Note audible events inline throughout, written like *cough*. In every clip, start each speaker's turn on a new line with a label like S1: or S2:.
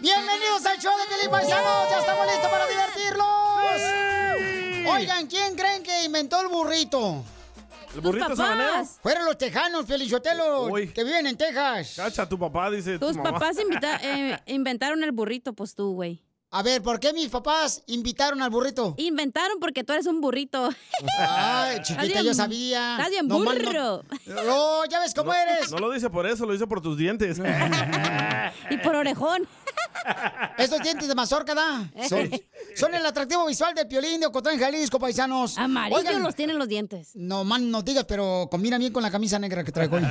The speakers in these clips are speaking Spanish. S1: Bienvenidos al show de Felipe Paisanos. Ya estamos listos para divertirlos. Oigan, ¿quién creen que inventó el burrito?
S2: ¿El burrito sabanero?
S1: Fueron los tejanos, Feliciotelo, que viven en Texas.
S2: Cacha, tu papá dice.
S3: Tus
S2: tu mamá.
S3: papás invita- eh, inventaron el burrito, pues tú, güey.
S1: A ver, ¿por qué mis papás invitaron al burrito?
S3: Inventaron porque tú eres un burrito.
S1: Ay, chiquita, yo sabía.
S3: Estás bien
S1: Nomás
S3: burro.
S1: No, ya ves cómo eres.
S2: No lo dice por eso, lo dice por tus dientes.
S3: Y por
S1: *laughs*
S3: orejón. Eh.
S1: Estos dientes de mazorca, ¿da? Son, son el atractivo visual del piolín de Ocotlán, Jalisco, paisanos.
S3: Amarillos los tienen los dientes.
S1: No, man, no digas, pero combina bien con la camisa negra que
S2: *laughs*
S1: traigo hoy.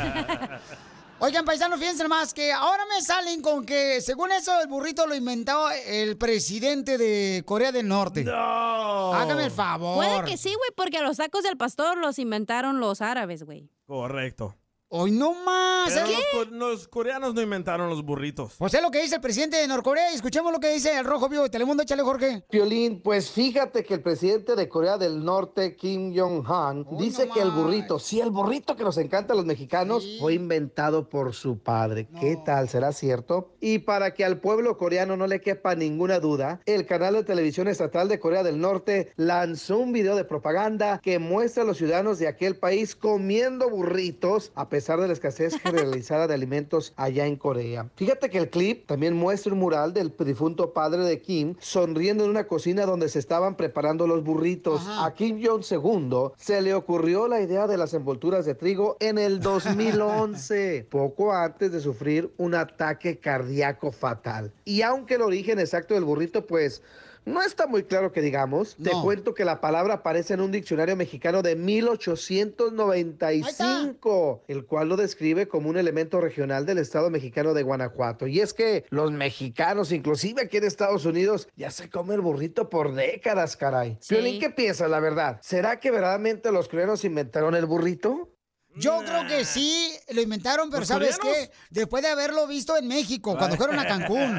S1: Oigan, paisanos, fíjense más que ahora me salen con que, según eso, el burrito lo inventó el presidente de Corea del Norte.
S2: No.
S1: Hágame el favor.
S3: Puede que sí, güey, porque los tacos del pastor los inventaron los árabes, güey.
S2: *laughs* Correcto.
S1: Hoy no más.
S2: Pero
S1: ¿eh?
S2: Los, co- los coreanos no inventaron los burritos.
S1: Pues es lo que dice el presidente de Norcorea y escuchemos lo que dice el Rojo Vivo de Telemundo. Échale, Jorge.
S4: Piolín, pues fíjate que el presidente de Corea del Norte, Kim Jong-un, dice que el burrito, sí, el burrito que nos encanta a los mexicanos, fue inventado por su padre. ¿Qué tal? ¿Será cierto? Y para que al pueblo coreano no le quepa ninguna duda, el canal de televisión estatal de Corea del Norte lanzó un video de propaganda que muestra a los ciudadanos de aquel país comiendo burritos a pesar de la escasez generalizada de alimentos allá en Corea. Fíjate que el clip también muestra un mural del difunto padre de Kim sonriendo en una cocina donde se estaban preparando los burritos. A Kim Jong II se le ocurrió la idea de las envolturas de trigo en el 2011, poco antes de sufrir un ataque cardíaco fatal. Y aunque el origen exacto del burrito pues no está muy claro que digamos, te
S5: No.
S4: cuento que la palabra aparece en un diccionario mexicano de 1895, el cual lo describe como un elemento regional del estado mexicano de Guanajuato. Y es que los mexicanos, inclusive aquí en Estados Unidos, ya se come el burrito por décadas, caray. Piolín, ¿qué piensas, la verdad? ¿Será que verdaderamente los coreanos inventaron el burrito?
S1: Yo creo que sí lo inventaron, pero
S4: ¿Los
S1: ¿sabes
S4: coreanos?
S1: qué? Después de haberlo visto en México, cuando fueron a Cancún.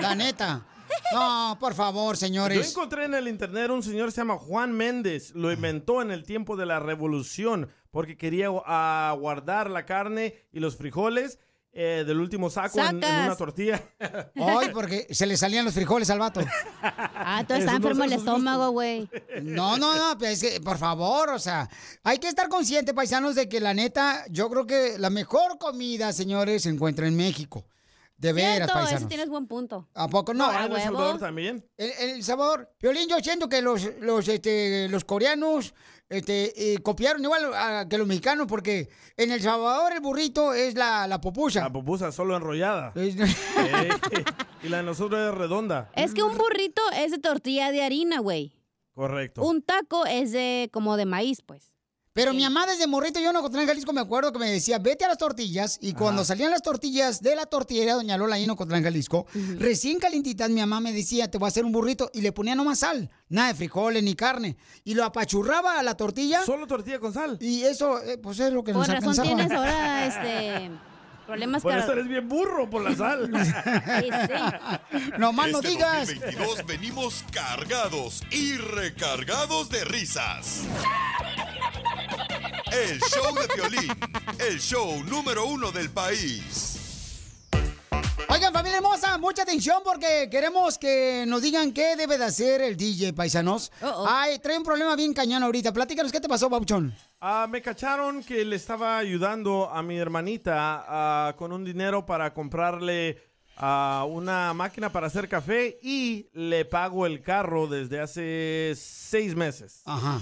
S1: La neta. No, por favor,
S2: Yo
S1: señores.
S2: encontré en el internet un señor se llama Juan Méndez. Lo inventó en el tiempo de la revolución porque quería ah, guardar la carne y los frijoles eh, del último saco en- en,
S1: Sacas.
S2: una tortilla.
S1: Ay, porque se le salían los frijoles al vato.
S3: Ah, entonces está
S1: Eso no
S3: enfermo el
S1: se asusta.
S3: estómago, güey.
S1: No, no, no, pues, es que, por favor, o sea, hay que estar conscientes, paisanos, de que la neta, yo creo que la mejor comida, señores, se encuentra en México. De veras,
S3: Cierto, ese
S1: paisanos.
S3: tienes buen punto.
S1: ¿A poco no?
S3: Ah, ¿en El ¿A Salvador huevo?
S2: también.
S1: El, El Salvador. Violín, yo siento que los, los, este, los coreanos este, eh, copiaron igual a- que los mexicanos, porque en El Salvador el burrito es la, la popusa. La
S2: pupusa solo enrollada.
S1: *laughs*
S2: Eh, y la de nosotros es redonda.
S3: Es que un burrito es de tortilla de harina, güey.
S2: Correcto.
S3: Un taco es de como de maíz, pues.
S1: Pero mi mamá desde morrito, yo en Ocotlán, Jalisco, me acuerdo que me decía, vete a las tortillas. Y cuando salían las tortillas de la tortillera, doña Lola, ahí en Ocotlán, Jalisco, recién calentitas, mi mamá me decía, te voy a hacer un burrito. Y le ponía nomás sal, nada de frijoles ni carne. Y lo apachurraba a la tortilla.
S2: Solo tortilla con sal.
S1: Y eso, eh, pues es lo que
S3: Por
S1: nos
S3: razón
S1: alcanzaba.
S3: tienes
S1: *laughs*
S3: ahora este problemas
S2: Por
S3: caro-
S2: eso eres bien burro por la sal.
S1: *laughs*
S6: *laughs*
S1: No más no
S6: este
S1: digas.
S6: 2022 venimos cargados y recargados de risas. El show de violín, el show número uno del país.
S1: Oigan, familia hermosa, mucha atención porque queremos que nos digan qué debe de hacer el DJ, paisanos. Ay, trae un problema bien cañón ahorita. Platícanos, ¿qué te pasó, Bauchón?
S2: Ah, me cacharon que le estaba ayudando a mi hermanita ah, con un dinero para comprarle ah, una máquina para hacer café y le pago el carro desde hace seis meses.
S1: Ajá.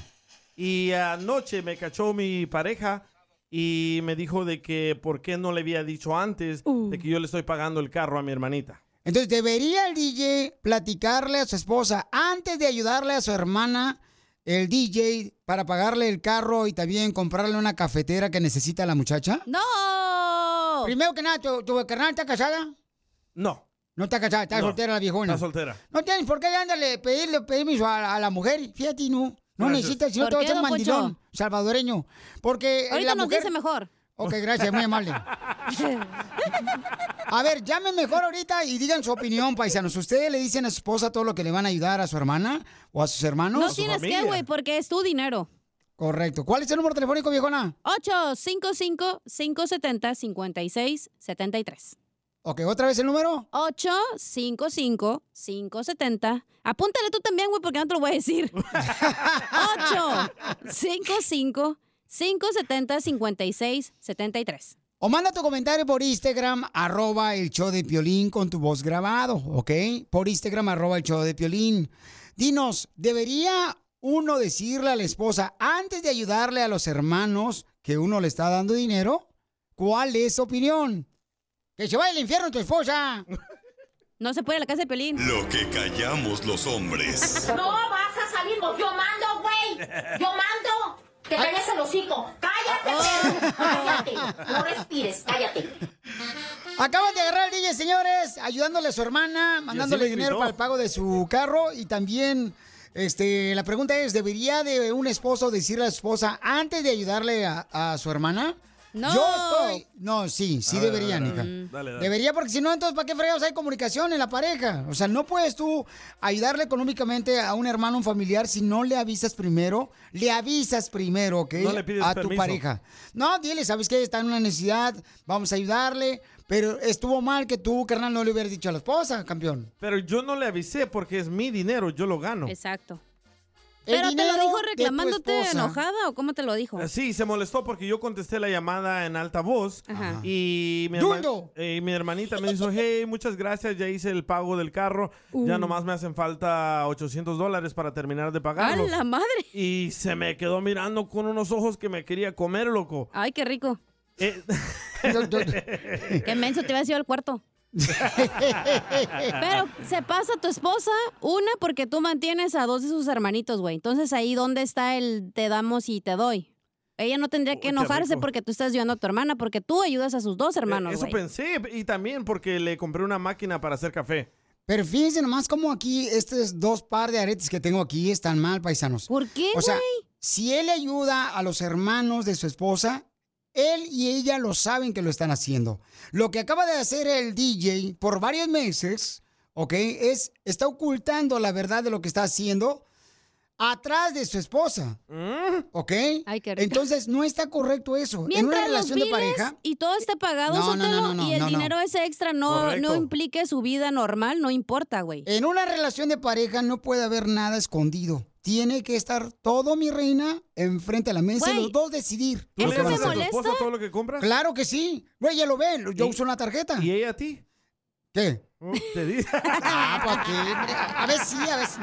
S2: Y anoche me cachó mi pareja y me dijo de que por qué no le había dicho antes de que yo le estoy pagando el carro a mi hermanita.
S1: Entonces, ¿debería el DJ platicarle a su esposa antes de ayudarle a su hermana, el DJ, para pagarle el carro y también comprarle una cafetera que necesita la muchacha?
S3: ¡No!
S1: Primero que nada, ¿tu, tu carnal está casada?
S2: No.
S1: No está casada, está
S2: No,
S1: soltera la viejona.
S2: Está soltera.
S1: No tienes por qué ándale, pedirle permiso a, a la mujer. Fíjate, no. No
S2: Gracias.
S1: necesitas, si no
S2: ¿Por
S1: te vas a
S2: qué,
S1: hacer un
S2: don Poncho?
S1: mandilón salvadoreño. Porque eh,
S3: Ahorita
S1: la
S3: nos
S1: mujer...
S3: dice mejor.
S1: Ok, gracias, muy amable. A ver, llamen mejor ahorita y digan su opinión, paisanos. ¿Ustedes le dicen a su esposa todo lo que le van a ayudar a su hermana o a sus hermanos?
S3: No tienes que, güey, porque es tu dinero.
S1: Correcto. ¿Cuál es el número telefónico, viejona?
S3: 855-570-5673.
S1: Ok, otra vez el número.
S3: 855-570. Apúntale tú también, güey, porque no te lo voy a decir. 855-570-5673.
S1: O manda tu comentario por Instagram, arroba el show de Piolín con tu voz grabado, ¿ok? Por Instagram, arroba el show de Piolín. Dinos, ¿debería uno decirle a la esposa, antes de ayudarle a los hermanos que uno le está dando dinero, cuál es su opinión? ¡Que se vaya al infierno tu esposa!
S3: No se puede a la casa de Piolín.
S6: Lo que callamos los hombres.
S5: No vas a salir, vos. yo mando, güey. Yo mando. Te
S1: Ay.
S5: calles el hocico. Cállate,
S2: Oh.
S5: perro. Cállate. No respires, cállate.
S1: Acaban de agarrar al DJ, señores, ayudándole a su hermana, mandándole
S2: le
S1: dinero
S2: gritó.
S1: para el pago de su carro y también... Este, la pregunta es, ¿debería de un esposo decirle a su esposa antes de ayudarle a, a su hermana?
S3: No.
S1: Yo estoy... No, sí, sí
S2: A ver, a
S1: deberían,
S2: ver, a
S1: hija.
S2: ver. Dale, dale.
S1: Debería, porque si no, entonces, ¿para qué fregados hay comunicación en la pareja? O sea, no puedes tú ayudarle económicamente a un hermano, un familiar, si no le avisas primero. Le avisas primero, ¿ok?
S2: No le pides
S1: a tu
S2: permiso.
S1: pareja. No, dile, ¿sabes qué? Está en una necesidad, vamos a ayudarle. Pero estuvo mal que tú, carnal, no le hubieras dicho a la esposa, campeón.
S2: Pero yo no le avisé porque es mi dinero, yo lo gano.
S3: Exacto.
S1: El
S3: ¿Pero te lo
S1: dinero
S3: dijo
S1: de tu
S3: reclamándote
S1: esposa.
S3: enojada o cómo te lo dijo?
S2: Eh, Sí, se molestó porque yo contesté la llamada en alta voz
S3: Ajá.
S2: y mi,
S1: ¡Dundo!
S2: eh, y mi hermanita me dijo, hey, muchas gracias, ya hice el pago del carro, ya nomás me hacen falta 800 dólares para terminar de
S3: ¡A
S2: pagarlo.
S3: la madre!
S2: Y se me quedó mirando con unos ojos que me quería comer, loco.
S3: *laughs* Ay, qué rico.
S1: *laughs*
S2: Eh,
S1: Yo- yo-
S3: *laughs* Qué menso, te iba a decir al
S1: *laughs*
S3: cuarto. Pero se pasa tu esposa, una porque tú mantienes a dos de sus hermanitos, güey. Entonces ahí dónde está el te damos y te doy. Ella no tendría
S2: Uy, qué
S3: que enojarse
S2: rico. Eh,
S3: porque tú estás ayudando a tu hermana, porque tú ayudas a sus dos hermanos,
S2: eso
S3: güey.
S2: pensé y también porque le compré una máquina para hacer café.
S1: Pero fíjense nomás cómo aquí, estos dos par de aretes que tengo aquí están mal, paisanos.
S3: ¿Por qué,
S1: O
S3: güey?
S1: sea, si él le ayuda a los hermanos de su esposa, él y ella lo saben que lo están haciendo. Lo que acaba de hacer el DJ por varios meses, ¿ok? Es, está ocultando la verdad de lo que está haciendo atrás de su esposa,
S2: Mm,
S1: ¿ok?
S3: Ay, qué rico.
S1: Entonces no está correcto eso. en una
S3: Mientras los
S1: relación de
S3: biles
S1: pareja...
S3: y todo esté pagado,
S1: No, no, no,
S3: Sotelo,
S1: no, no,
S3: y el
S1: no, no.
S3: dinero ese extra no,
S2: Correcto.
S3: no implique su vida normal, no importa, güey.
S1: En una relación de pareja no puede haber nada escondido. Tiene que estar todo, mi reina, enfrente a la mesa y
S3: Güey,
S1: los dos decidir.
S2: ¿Tú
S1: lo
S2: le
S1: que van a
S2: das
S3: se
S2: a
S1: hacer.
S2: tu esposa
S3: molesta?
S2: todo lo que compras?
S1: Claro que sí. Güey, ya lo ven. Yo
S2: ¿Y-
S1: uso una tarjeta.
S2: ¿Y ella a ti?
S1: ¿Qué?
S2: Oh, Te di-
S1: *laughs* Ah, ¿para qué? hombre? A veces sí, a veces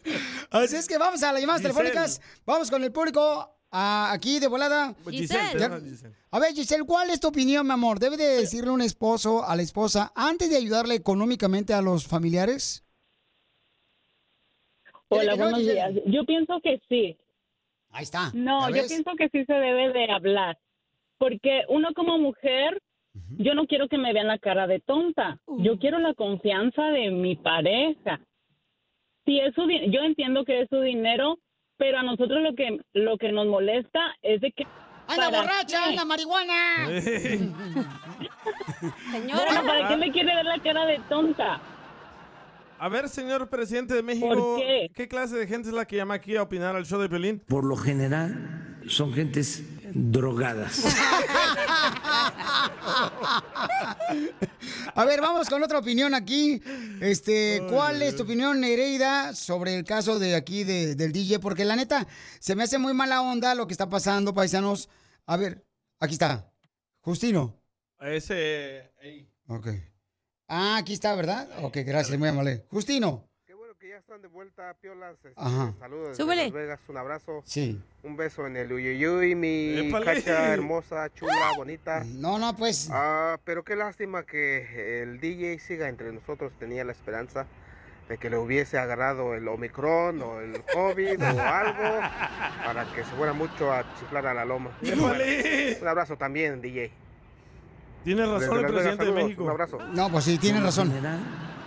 S2: *laughs*
S1: no. Así es que vamos a las llamadas
S2: Giselle.
S1: telefónicas. Vamos con el público ah, aquí de volada.
S2: Giselle,
S3: Giselle.
S2: te llamas Giselle.
S1: A ver, Giselle, ¿cuál es tu opinión, mi amor? ¿Debe de decirle un esposo a la esposa antes de ayudarle económicamente a los familiares?
S7: Hola,
S1: Dile que no,
S7: buenos
S1: Giselle.
S7: días. Yo pienso que sí.
S1: Ahí está.
S7: No,
S1: ¿Ya
S7: yo
S1: ves?
S7: pienso que sí se debe de hablar. Porque uno como mujer, yo no quiero que me vean la cara de tonta. Yo quiero la confianza de mi pareja. Si es su di- yo entiendo que es su dinero, pero a nosotros lo que lo que nos molesta es de que
S1: ¡Anda
S7: ¿para
S1: borracha!
S7: qué?
S1: ¡Anda marihuana!
S7: Bueno,
S3: Señora,
S7: ¿para qué me quiere ver la cara de tonta?
S2: *laughs* A ver, señor presidente de México,
S7: ¿Por qué?
S2: clase de gente es la que llama aquí a opinar al show de Pelín?
S8: por lo general son gentes drogadas.
S1: A ver, vamos con otra opinión aquí. Este, ¿cuál es tu opinión, Nereida, sobre el caso de aquí de- del DJ? Porque la neta, se me hace muy mala onda lo que está pasando, paisanos. A ver, aquí está. Justino.
S2: Ese. ey,
S1: Ok. Ah, aquí está, ¿verdad? Ok, gracias, muy amable. Justino.
S9: Qué bueno que ya están de vuelta, Piolas. Este,
S1: Ajá.
S9: Saludos desde
S3: Súbele.
S9: Las Vegas, un abrazo,
S1: Sí.
S9: un beso en el uyuyuy, mi
S2: Épale.
S9: cacha hermosa, chula, bonita.
S1: No, no, pues.
S9: Ah, pero qué lástima que el DJ siga entre nosotros. Tenía la esperanza de que le hubiese agarrado el Omicron o el COVID
S1: *laughs*
S9: o algo para que se fuera mucho a chiflar a la loma. Pero bueno,
S2: ¡Épale!
S9: un abrazo también, DJ.
S2: Tienes
S9: Desde
S2: razón el
S9: Las Vegas,
S2: presidente de
S9: saludos,
S2: México.
S9: Un abrazo.
S1: No, pues sí, tienes
S8: Por lo
S1: razón.
S8: general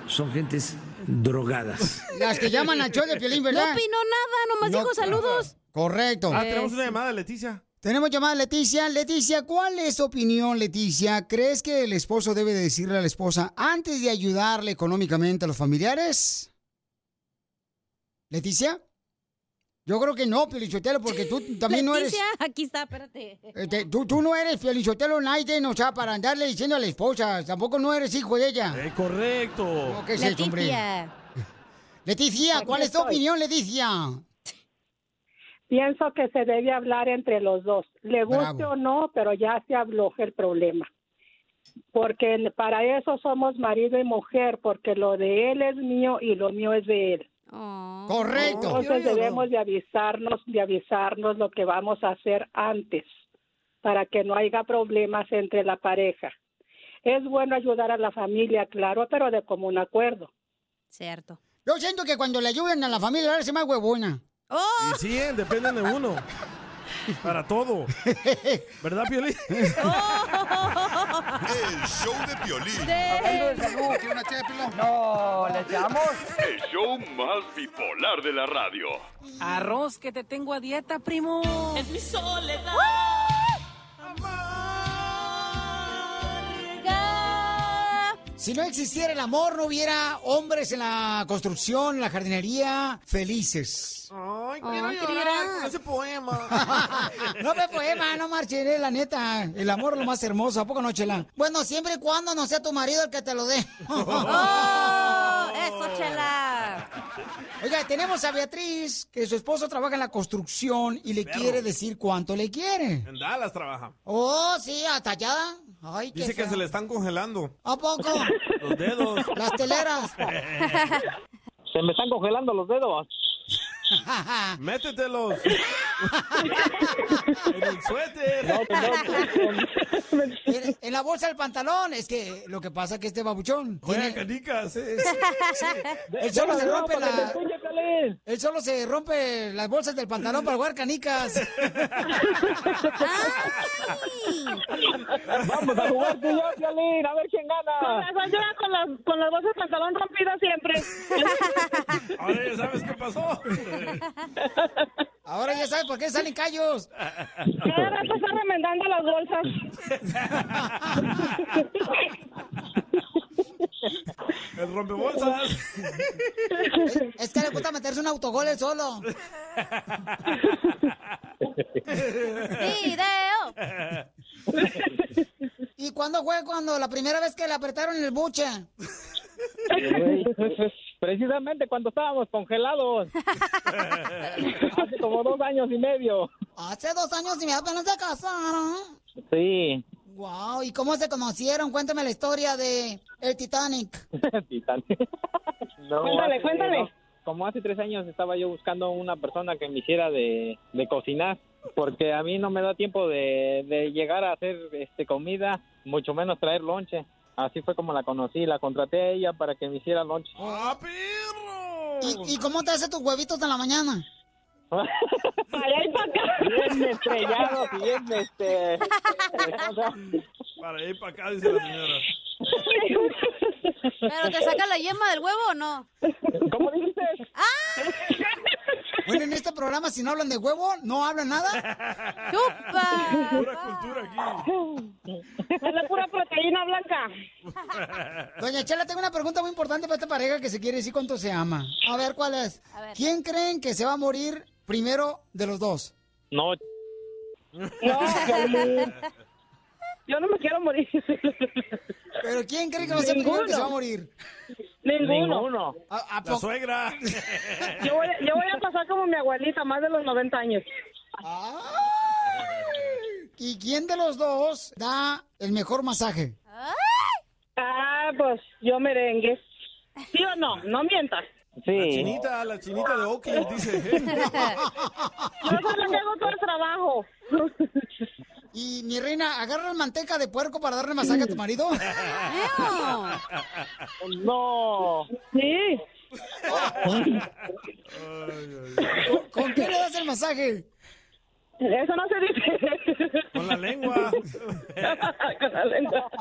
S8: son gentes
S2: *laughs*
S8: drogadas.
S1: Las que llaman a show de Piolín,
S3: no
S1: ¿verdad?
S3: opinó nada, nomás
S1: No-
S3: dijo saludos.
S1: Correcto.
S2: Ah, tenemos una llamada, Leticia.
S1: Tenemos llamada a Leticia. Leticia, ¿cuál es tu opinión, Leticia? ¿Crees que el esposo debe de decirle a la esposa antes de ayudarle económicamente a los familiares? ¿Leticia? Yo creo que no, Piolichotelo, porque tú también no eres...
S3: Leticia, aquí está, espérate.
S1: este, tú, tú no eres Piolichotelo Naiden, o sea, para andarle diciendo a la esposa. Tampoco no eres hijo de ella.
S2: Eh, correcto.
S1: No, ¿qué es eso, hombre? Leticia,
S10: Aquí
S1: ¿cuál es tu
S10: estoy.
S1: opinión, Leticia?
S10: Pienso que se debe hablar entre los dos, le guste
S1: Bravo.
S10: o no, pero ya se habló el problema. Porque en- para eso somos marido y mujer, porque lo de él es mío y lo mío es de él.
S1: Correcto.
S10: Entonces debemos de avisarnos, de avisarnos lo que vamos a hacer antes, para que no haya problemas entre la pareja. Es bueno ayudar a la familia, claro, pero de común acuerdo.
S3: Cierto.
S1: Yo siento que cuando le ayudan a la familia, ahora se más huevona.
S3: Oh.
S2: Y sí, eh, dependen de uno. Para todo. ¿Verdad, Piolín?
S11: El show de Piolín.
S7: Hablando de salud, ¿quiere una No, ¿le echamos?
S12: El show más bipolar de la radio.
S7: Arroz que te tengo a dieta, primo. Es mi soledad.
S1: Si no existiera el amor, no hubiera hombres en la construcción, en la jardinería, felices.
S2: Ay,
S7: quiero Ay, quiero llorar llorar. con
S2: ese poema.
S3: Ah.
S1: no me poema, no marchen, eh, la neta. El amor es lo más hermoso, ¿a poco no, Chela? Bueno, siempre y cuando no sea tu marido el que te lo dé.
S3: ¡Oh! ¡Eso, Chela!
S1: Oiga, tenemos a Beatriz, que su esposo trabaja en la construcción y le quiere decir cuánto le quiere.
S2: En Dallas trabaja.
S1: Oh, sí, hasta allá. Ay, qué
S2: Dice que
S1: feo.
S2: se le están congelando
S1: ¿A poco?
S2: los dedos.
S1: Las teleras.
S13: Se me están congelando los dedos.
S2: *laughs* Métetelos. *laughs* en el suéter. pues,
S1: *laughs* en, en la bolsa del pantalón. Es que lo que pasa es que este babuchón.
S2: Juega
S1: tiene-
S2: canicas. eh.
S1: Sí. Él solo se
S2: Déjalo,
S1: rompe
S2: no, para que
S1: la... Él solo se rompe las bolsas del pantalón para jugar canicas.
S13: Vamos a jugar tú y yo, Piolín, a ver quién
S14: Con
S13: gana.
S14: razón llora con las, con las bolsas de pantalón rompidas siempre.
S2: Ahora ya sabes qué pasó.
S1: *laughs* Ahora ya sabes por qué salen callos.
S14: Cada rato está remendando
S1: *laughs*
S14: las bolsas.
S2: El rompebolsas.
S1: Es, es que le gusta meterse un autogol él solo.
S3: ¡Video!
S1: ¿Y cuándo fue cuando la primera vez que le apretaron el buche?
S13: pues, Precisamente cuando estábamos
S2: *laughs*
S13: congelados. Hace como dos años y medio.
S1: Hace dos años y me apenas se casaron.
S13: *laughs* Sí.
S1: Wow, ¿y cómo se conocieron? Cuéntame la historia de el Titanic.
S13: Titán. No,
S1: Cuéntale, cuéntale.
S13: no, como hace tres años estaba yo buscando una persona que me hiciera de, de cocinar, porque a mí no me da tiempo de, de llegar a hacer este comida, mucho menos traer lonche. Así fue como la conocí, la contraté a ella para que me hiciera lonche.
S2: Ah,
S1: ¿Y, y cómo te hace tus huevitos de la
S14: *laughs*
S1: mañana?
S13: Bien *laughs* estrellados y bien *laughs* este...
S2: Para ir para acá, dice la señora.
S3: ¿Pero te saca la yema del huevo o no?
S13: ¿Cómo dijiste?
S1: Ah. Bueno, en este programa si no hablan de huevo, no hablan
S2: *laughs*
S1: nada.
S3: ¡Chupa!
S2: Pura cultura aquí.
S14: Es la pura proteína blanca.
S1: Doña Chela, tengo una pregunta muy importante para esta pareja que se quiere decir cuánto se ama. A ver, ¿cuál es?
S3: A ver.
S1: ¿Quién creen que se va a morir primero de los dos?
S13: *laughs* No,
S1: *laughs*
S14: No, Piolín. yo no me quiero morir.
S1: ¿Pero quién cree que va a ser el primero que se va a morir?
S14: Ninguno.
S1: ¿A, a
S2: La
S1: poco?
S2: suegra.
S14: Yo voy, yo voy a pasar como mi abuelita, más de los 90 años.
S1: ¿Y quién de los dos da el mejor masaje?
S14: Ah, pues yo merengue. ¿Sí o no? No mientas.
S2: La
S13: sí.
S2: chinita, la chinita de Oakland dice. eh.
S14: Yo solo que hago todo el trabajo.
S1: *laughs* Y mi reina, ¿agarra manteca de puerco para darle masaje a tu
S14: *laughs*
S1: marido?
S13: No.
S14: Sí.
S1: ¿Con qué le das el masaje?
S14: Eso no se dice. *laughs*
S2: Con la lengua.
S14: Con la lengua.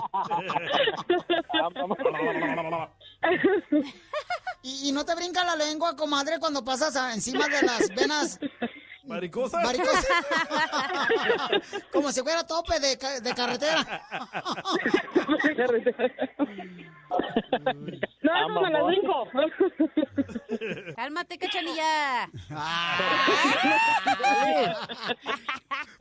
S1: ¿Y, y no te brinca la lengua, comadre, cuando pasas a- encima de las
S14: *laughs*
S1: venas
S2: Maricosa.
S1: varicosas? *laughs* Como si fuera tope de, ca- de carretera.
S14: No, eso me lo brinco.
S3: Cálmate, cállate, cachanilla.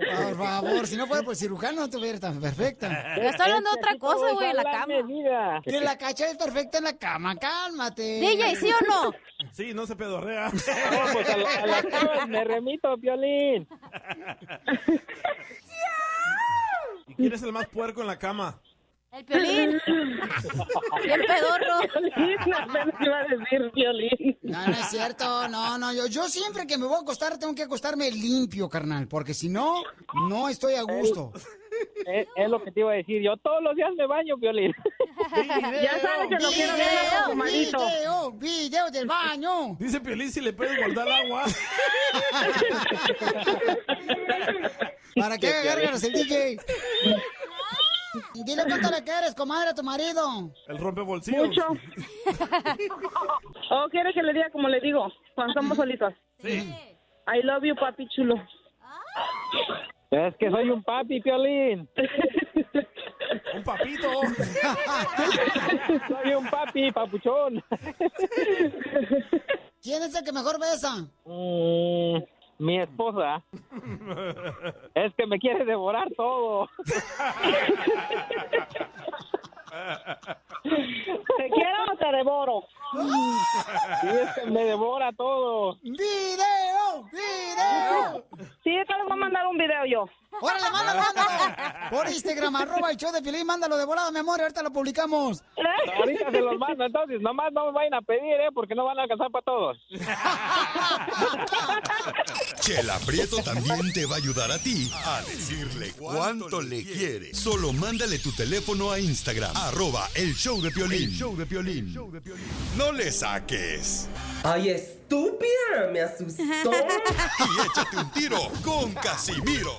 S1: Por favor, si no fuera por cirujano, no estuviera tan perfecta.
S3: Yo estoy hablando de otra cosa, güey, en la cama.
S1: Que la cacha es perfecta en la cama, cálmate.
S3: DJ, ¿sí o no?
S2: Sí, no se pedorrea.
S13: No, pues a, la- a las chavas me
S2: *laughs*
S13: remito, Piolín.
S2: ¿Y quién es el más puerco en la cama?
S3: El piolín. Y el
S13: *laughs*
S3: pedorro.
S1: iba a decir violín. No, no es cierto, no, no. Yo, yo siempre que me voy a acostar tengo que acostarme limpio, carnal, porque si no, no estoy a gusto.
S13: Es, es lo que te iba a decir. Yo todos los días me baño, Piolín.
S14: Ya sabes que no quiero ver
S1: Video,
S14: a tu manito.
S1: video, video del baño.
S2: Dice Piolín si le puedes guardar
S13: *laughs*
S2: agua.
S1: ¿Para qué gárgaras el DJ? Dile cuánto le quieres, comadre, a tu marido.
S2: El rompe bolsillos. Mucho.
S14: ¿O Oh, quiere que le diga como le digo? Cuando estamos solitos. Sí. I love you, papi chulo.
S13: Es que soy un papi, Piolín.
S2: Un papito.
S13: *laughs* Soy un papi,
S2: *laughs*
S13: papuchón.
S1: ¿Quién es el que mejor besa?
S13: Mm, mi esposa. Es que me quiere devorar
S2: *laughs*
S13: todo.
S14: ¿Te quiero o te devoro?
S13: Y es que me devora todo.
S1: ¡Video! ¡Video!
S14: Sí, te le voy a mandar un video yo.
S1: ¡Órale, mándalo, mándalo! Por Instagram, arroba el show de Piolín, mándalo de volada, mi amor, ahorita lo publicamos.
S13: Ahorita se los mando, entonces nomás no me vayan a pedir, ¿eh? Porque no van a alcanzar para todos.
S6: Chela Prieto también te va a ayudar a ti a decirle cuánto le quiere. Solo mándale tu teléfono a Instagram, arroba el show de Piolín. show de Piolín. No le saques.
S15: Ay, estúpida, me asustó.
S6: Y échate un tiro con Casimiro.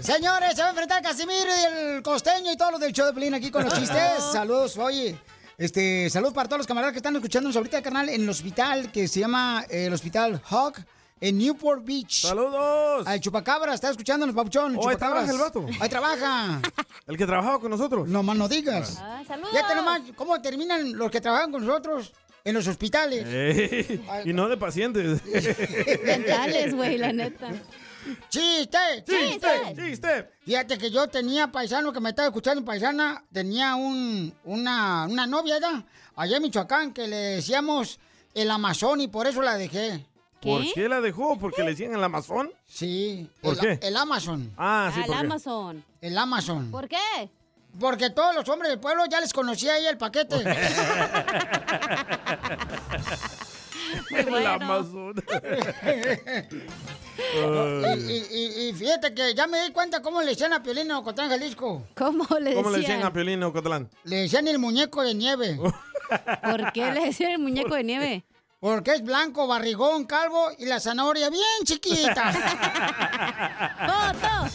S1: Señores, se va a enfrentar Casimiro y el costeño y todos los del show de Pelín aquí con los chistes. Saludos, oye. Este, salud para todos los camaradas que están escuchándonos ahorita, carnal, en el hospital que se llama eh, el Hospital Hawk en Newport Beach.
S2: ¡Saludos!
S1: Al Chupacabra, está escuchándonos, papuchón.
S2: Oh, ahí
S1: Chupacabras.
S2: trabaja el vato.
S1: Ahí trabaja.
S2: El que trabajaba con nosotros. Ah.
S1: No más no digas. *laughs*
S3: saludos.
S1: Ya te nomás, ¿cómo terminan los que trabajan con nosotros en los hospitales?
S2: Ey, y no de
S1: *laughs*
S2: pacientes.
S3: Dentales, güey, la neta.
S1: ¡Chiste!
S3: ¡Chiste!
S2: ¡Chiste!
S1: Fíjate que yo tenía paisano que me estaba escuchando, paisana, tenía un, una, una novia allá, allá en Michoacán, que le decíamos el Amazon y por eso la dejé.
S2: ¿Por qué la dejó? ¿Porque le decían el Amazon?
S1: Sí.
S2: ¿Por
S1: el,
S2: qué?
S1: El Amazon.
S2: Ah, sí,
S3: Al
S2: ¿por qué?
S3: Amazon.
S1: El Amazon.
S3: ¿Por qué?
S1: Porque todos los hombres del pueblo ya les conocía ahí el paquete.
S2: *laughs* *laughs* El
S1: *laughs*
S2: Amazon.
S1: y, y- y- y fíjate que ya me di cuenta cómo le decían a Piolín en Ocotlán, Jalisco.
S3: ¿Cómo le
S2: ¿Cómo le decían a Piolín o Cotlán?
S1: Le decían el muñeco de nieve.
S3: *laughs* ¿Por qué le decían el muñeco de nieve?
S1: *laughs* Porque es blanco, barrigón, calvo y la zanahoria bien chiquita.
S3: *laughs* ¡Foto!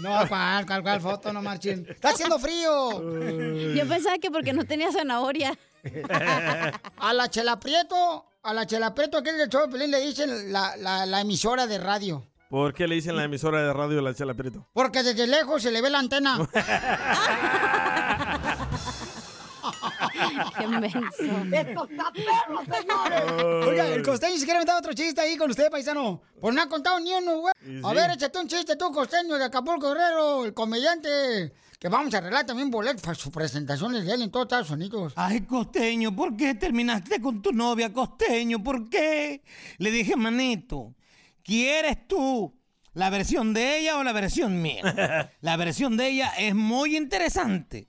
S1: No, cuál, cuál, cuál foto, no marchen. ¡Está haciendo frío!
S3: *laughs* Yo pensaba que porque no tenía zanahoria.
S1: A la Chela Prieto, a la Chela Prieto, aquel del show de Pelín, le dicen la, la- la emisora de radio.
S2: ¿Por qué le dicen la emisora de radio la Chela Prieto?
S1: Porque desde lejos se le ve la antena.
S9: *laughs*
S3: ¡Qué menso!
S1: Oiga, el costeño si quiere inventar otro chiste ahí con usted, paisano. Pues no ha contado ni uno, güey.
S2: Y
S1: A
S2: sí.
S1: ver, échate un chiste tú, costeño de Acapulco Guerrero, el comediante. Que vamos a arreglar también boletos para sus presentaciones de él en todos Estados Unidos.
S9: Ay, costeño, ¿por qué terminaste con tu novia, costeño? ¿Por qué? Le dije, manito, ¿quieres tú la versión de ella o la versión mía?
S13: *laughs*
S9: La versión de ella es muy interesante.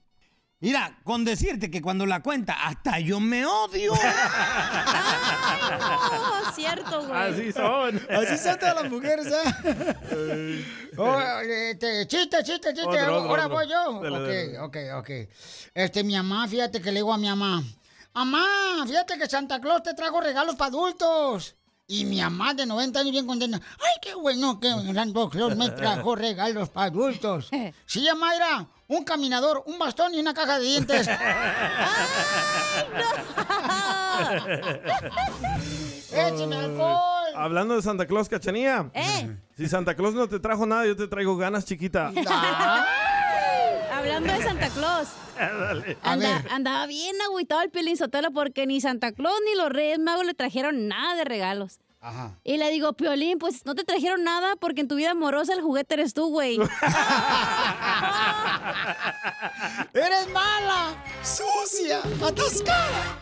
S9: Mira, con decirte que cuando la cuenta, hasta yo me odio.
S3: ¡Oh, cierto, güey!
S1: Así son todas las
S9: *laughs*
S1: mujeres, ¿eh? Oh, este, chiste, chiste, chiste.
S9: Otro, otro,
S1: Ahora
S9: otro.
S1: voy yo.
S9: Dale,
S1: ok,
S9: dale.
S1: ok, ok. Este, mi mamá, fíjate que le digo a mi mamá. Mamá, fíjate que Santa Claus te trajo regalos para adultos. Y mi mamá de 90 años bien contenta. Ay, qué bueno que Santa Claus me trajo regalos para adultos. Sí, mamá, era un caminador, un bastón y una caja de dientes. *laughs* ¡Écheme alcohol!
S2: Hablando de Santa Claus, Cachanía.
S3: Eh.
S1: *laughs*
S2: Si Santa Claus no te trajo nada, yo te traigo ganas, chiquita.
S1: Ah.
S3: A *laughs* hablando de Santa Claus.
S2: *laughs* Dale.
S3: Anda- andaba bien agüitado el Piolín Sotelo porque ni Santa Claus ni los Reyes Magos le trajeron nada de regalos.
S1: *laughs* Ajá.
S3: Y le digo, Piolín, pues no te trajeron nada porque en tu vida amorosa el juguete eres tú,
S2: *laughs*
S3: güey.
S1: ¡Eres mala! ¡Sucia! ¡Atascada!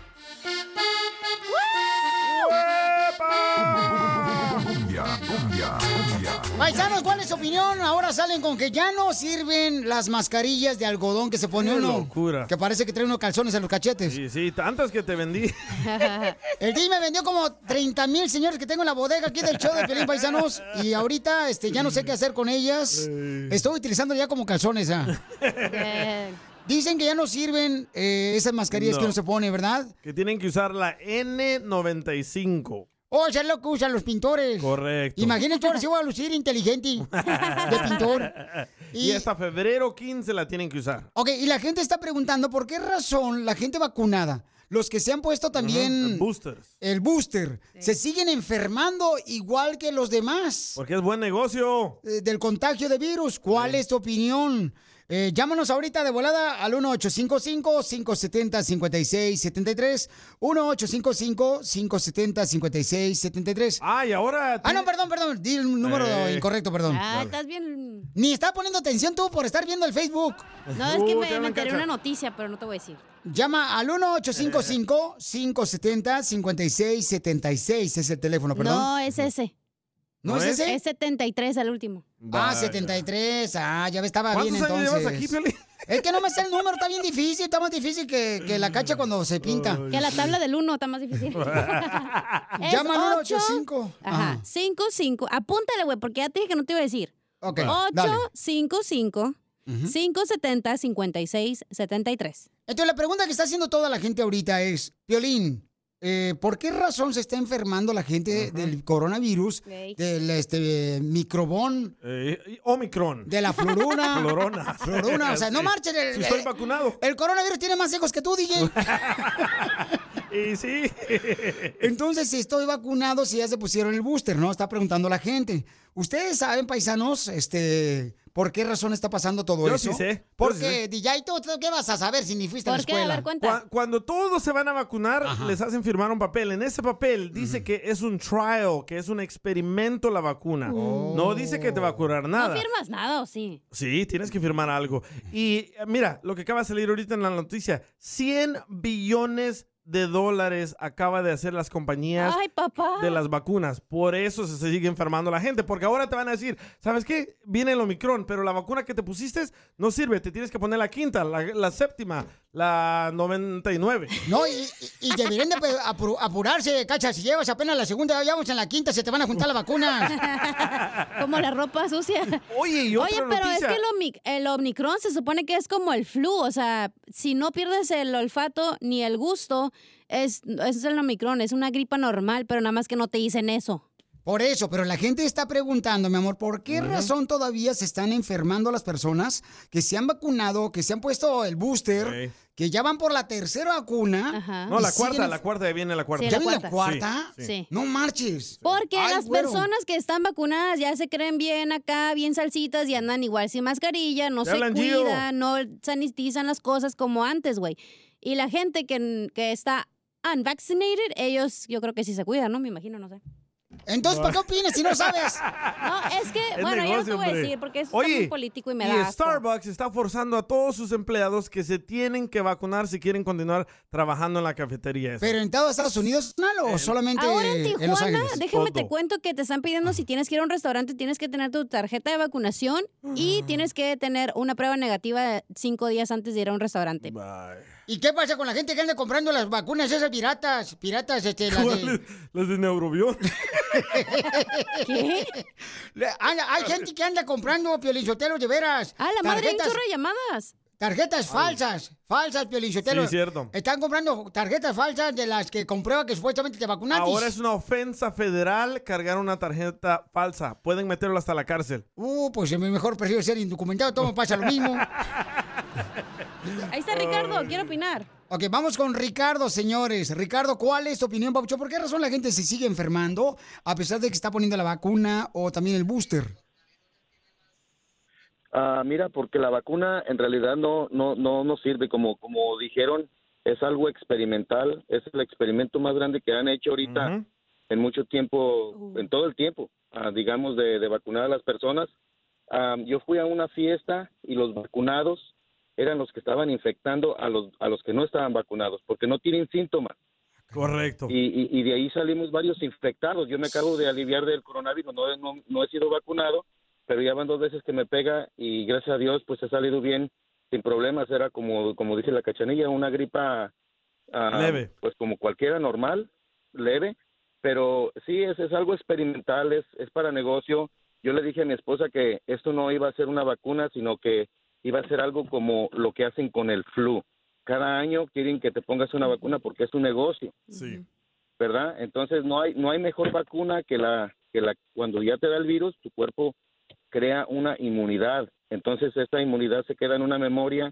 S6: Cumbia, cumbia, cumbia.
S1: Paisanos, ¿cuál es su opinión? Ahora salen con que ya no sirven las mascarillas de algodón que se pone
S2: Qué
S1: uno.
S2: locura.
S1: Que parece que trae unos calzones en los cachetes.
S2: Sí, sí, tantas que te vendí.
S1: El DJ me vendió como 30 mil señores que tengo en la bodega aquí del show de Pelín Paisanos. Y ahorita este, ya no sé qué hacer con ellas. Estoy utilizando ya como calzones. ah. Dicen que ya no sirven eh, esas mascarillas que
S2: No.
S1: uno se pone, ¿verdad?
S2: *laughs* Que tienen que usar la N95.
S1: O sea, es lo que usan los pintores.
S2: Correcto. *laughs*
S1: Imagínate, ahora sí voy a lucir inteligente de pintor.
S2: Y,
S1: Y-
S2: hasta febrero 15 la tienen que usar.
S1: Ok, y la gente está preguntando por qué razón la gente vacunada, los que se han puesto también
S2: Ujú, el boosters.
S1: el booster, se siguen enfermando igual que los demás
S2: Porque es buen negocio.
S1: eh, del contagio de virus. ¿Cuál es tu opinión? Eh, llámanos ahorita de volada al 1855-570-5673. 1855-570-5673.
S2: Ah, y ahora.
S1: Ah, no, perdón, perdón. Di el número
S2: Eh.
S1: incorrecto, perdón.
S3: Ah, estás bien.
S1: Ni está poniendo atención tú por estar viendo el Facebook.
S3: No,
S2: Uh,
S3: es que me, me enteré una noticia, pero no te voy a decir.
S1: Llama al 1-855-570-5676. Es el teléfono, perdón.
S3: No, es ese.
S1: ¿No es ese?
S3: Es 73 al último.
S1: Ah, 73. Ah, ya estaba bien
S2: ¿Cuántos
S1: entonces.
S2: años llevas aquí, Piolín?
S1: Es que no me sé el número, está bien difícil, está más difícil que, que la cacha cuando se pinta.
S3: Que la tabla del 1 está más
S2: *laughs*
S3: difícil. Es
S1: Llama al
S3: ocho-
S1: 1-855.
S3: Ajá.
S1: Ah.
S3: 55. Apúntale, güey, porque ya te dije que no te iba a decir.
S1: Ok, dale.
S3: 855
S1: Ujú.
S3: 570 5673.
S1: Entonces la pregunta que está haciendo toda la gente ahorita es, Violín, eh, ¿por qué razón se está enfermando la gente del coronavirus,
S2: Ey.
S1: del este, microbón,
S2: Eh, y- Omicron.
S1: de la florona?
S2: *laughs* Florona.
S1: Florona, o sea, no
S2: Sí.
S1: marchen. El,
S2: Sí, estoy
S1: eh,
S2: vacunado.
S1: El coronavirus tiene más hijos que tú, DJ.
S2: Y sí.
S1: Entonces, si estoy vacunado, si ya se pusieron el booster, ¿no? Está preguntando la gente. ¿Ustedes saben, paisanos, este, por qué razón está pasando todo
S2: Yo
S1: eso?
S2: sí sé, yo sí
S1: Porque,
S2: sé.
S1: DJ, ¿tú, tú qué vas a saber si ni fuiste a la escuela?
S2: Cua- Cuando todos se van a vacunar, les hacen firmar un papel. En ese papel dice que es un trial, que es un experimento la vacuna.
S1: Oh.
S2: No dice que te va a curar
S3: ¿No
S2: nada.
S3: firmas nada o sí?
S2: Sí, tienes que firmar algo. Y eh, mira, lo que acaba de salir ahorita en la noticia, 100 billones de dólares acaba de hacer las compañías
S3: Ay, papá.
S2: de las vacunas. Por eso se sigue enfermando la gente, porque ahora te van a decir, ¿sabes qué? Viene el Omicron, pero la vacuna que te pusiste no sirve, te tienes que poner la quinta, la, la séptima, la 99.
S1: No, y, y- y deberían de pues, apu- apurarse, cacha. Si llevas apenas la segunda, ya vamos en la quinta, se te van a juntar las vacunas.
S3: *laughs* Como la ropa sucia.
S2: Oye, y
S3: Oye,
S2: otra
S3: pero es
S2: noticia.
S3: que el, omic- el Omicron se supone que es como el flu, o sea, si no pierdes el olfato ni el gusto, es, es el Omicron, es una gripa normal, pero nada más que no te dicen eso.
S1: Por eso, pero la gente está preguntando, mi amor, ¿por qué razón todavía se están enfermando las personas que se han vacunado, que se han puesto el booster, que ya van por la tercera vacuna?
S2: No,
S1: y
S2: la
S1: siguen
S2: cuarta,
S1: enf-
S2: la cuarta, ya viene la cuarta.
S1: ¿Ya viene la cuarta?
S2: Sí, sí.
S1: No marches.
S3: Porque
S1: Ay,
S3: las
S1: güero.
S3: personas que están vacunadas ya se creen bien acá, bien salsitas y andan igual sin mascarilla, no
S1: Te
S3: se
S1: hablan, Gio.
S3: cuidan, no sanitizan las cosas como antes, güey. Y la gente que, que está unvaccinated, ellos yo creo que sí se cuidan, ¿no? Me imagino, no sé.
S1: Entonces, ¿por qué opinas si no sabes?
S3: No, es que,
S2: Es
S3: bueno, yo no te
S2: negocio,
S3: voy a
S2: hombre.
S3: decir porque es
S2: Oye,
S3: muy político y me
S2: y
S3: da asco.
S2: Starbucks está forzando a todos sus empleados que se tienen que vacunar si quieren continuar trabajando en la cafetería. esa.
S1: Pero en todos Estados Unidos, ¿no? ¿O solamente
S3: Eh, Ahora en
S1: en, Los
S3: Tijuana,
S1: Ángeles?
S3: déjame te cuento que te están pidiendo si tienes que ir a un restaurante, tienes que tener tu tarjeta de vacunación y tienes que tener una prueba negativa de cinco días antes de ir a un restaurante.
S1: ¿Y qué pasa con la gente que anda comprando las vacunas esas piratas? Piratas, este,
S2: *laughs*
S1: las de...
S2: ¿Cuáles? Las
S1: *laughs*
S2: de Neurobión.
S3: *laughs*
S1: ¿Qué? hay gente que anda comprando piolinchoteros de veras.
S3: Ah, la madre, hay un chorro de llamadas.
S1: Tarjetas falsas, falsas piolinchoteros.
S2: Sí, cierto.
S1: Están comprando tarjetas falsas de las que comprueba que supuestamente te vacunaste.
S2: Ahora es una ofensa federal cargar una tarjeta falsa. Pueden meterlo hasta la cárcel.
S1: Uh, pues mejor prefiero ser indocumentado, todo me pasa lo
S2: *laughs*
S1: mismo.
S3: Ahí está Ricardo, quiero opinar.
S1: Ok, vamos con Ricardo, señores. Ricardo, ¿cuál es tu opinión, Papucho? ¿Por qué razón la gente se sigue enfermando a pesar de que está poniendo la vacuna o también el booster?
S16: Ah, mira, porque la vacuna en realidad no no no nos sirve como como dijeron, es algo experimental, es el experimento más grande que han hecho ahorita en mucho tiempo, en todo el tiempo, ah, digamos de, de vacunar a las personas. Ah, yo fui a una fiesta y los vacunados eran los que estaban infectando a los a los que no estaban vacunados, porque no tienen síntomas.
S2: Correcto.
S16: Y, y- y de ahí salimos varios infectados. Yo me acabo de aliviar del coronavirus, no, he- no, no he sido vacunado, pero ya van dos veces que me pega y gracias a Dios pues he salido bien, sin problemas. Era como, como dice la cachanilla, una gripa ah,
S2: Leve.
S16: Pues como cualquiera normal, leve, pero sí, es, es algo experimental, es, es para negocio. Yo le dije a mi esposa que esto no iba a ser una vacuna, sino que iba a ser algo como lo que hacen con el flu. Cada año quieren que te pongas una vacuna porque es un negocio.
S2: Sí.
S16: ¿verdad? Entonces no hay no hay mejor vacuna que la que la cuando ya te da el virus, tu cuerpo crea una inmunidad. Entonces esta inmunidad se queda en una memoria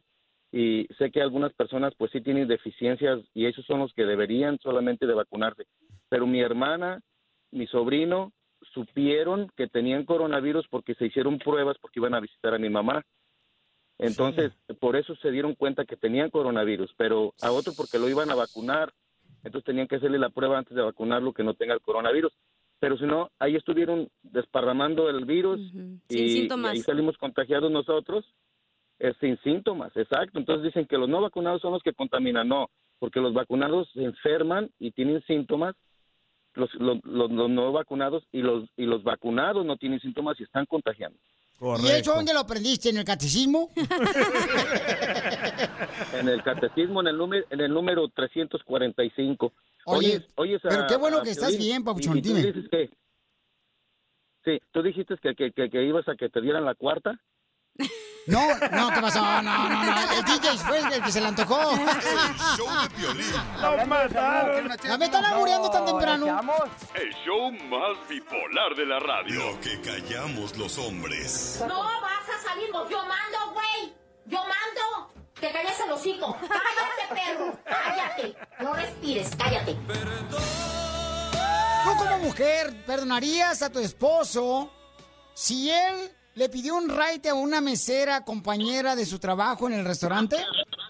S16: y sé que algunas personas pues sí tienen deficiencias y esos son los que deberían solamente de vacunarse. Pero mi hermana, mi sobrino supieron que tenían coronavirus porque se hicieron pruebas porque iban a visitar a mi mamá. Entonces, por eso se dieron cuenta que tenían coronavirus, pero a otro porque lo iban a vacunar entonces tenían que hacerle la prueba antes de vacunarlo que no tenga el coronavirus. Pero si no, ahí estuvieron desparramando el virus y,
S3: Sin
S16: y
S3: síntomas.
S16: ahí salimos contagiados nosotros eh, sin síntomas, exacto. Entonces dicen que los no vacunados son los que contaminan, no, porque los vacunados se enferman y tienen síntomas, los, los, los- los no vacunados y los, y los vacunados no tienen síntomas y están contagiando.
S1: ¿Y eso dónde lo aprendiste? ¿En el catecismo?
S16: En el catecismo, en el número, en el número 345.
S1: Oye,
S16: oyes
S1: pero qué bueno que estás
S16: Piolín,
S1: bien,
S16: y-
S1: papuchón,
S16: y tú
S1: dime.
S16: dices que- sí, tú dijiste que, que, que- que ibas a que te dieran la cuarta.
S1: No, no, ¿qué pasó? No, no, no, no. El DJ fue el que se le
S2: *laughs*
S1: antojó.
S2: ¡Lo mataron!
S1: Ya me están agureando tan temprano.
S12: El show más bipolar de la radio.
S6: Lo que callamos los hombres.
S5: No vas a salir, vos. yo mando, güey. Yo mando. Te calles el hocico. Cállate, perro. Cállate. No respires, cállate.
S1: ¿Tú como mujer perdonarías a tu esposo si él le pidió un raite a una mesera compañera de su trabajo en el restaurante?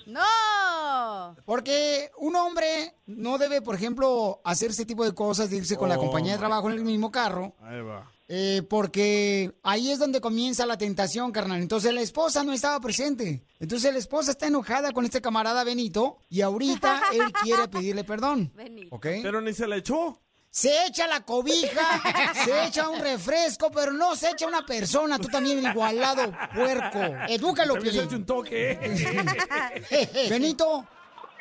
S3: ¡No!
S1: Porque un hombre no debe, por ejemplo, hacer ese tipo de cosas, de irse con la
S2: Oh,
S1: compañía de
S2: my
S1: trabajo en el mismo carro.
S2: Ahí va.
S1: Eh, porque ahí es donde comienza la tentación, carnal. Entonces la esposa no estaba presente. Entonces la esposa está enojada con este camarada Benito y ahorita él quiere pedirle perdón. ¿Ok?
S2: Pero ni se le echó.
S1: Se echa la cobija, se echa un refresco, pero no se echa una persona. Tú también igualado,
S2: *laughs*
S1: puerco. Edúcalo,
S2: También se echa
S1: Piolín.
S2: un
S1: *laughs*
S2: toque. *laughs*
S1: Benito,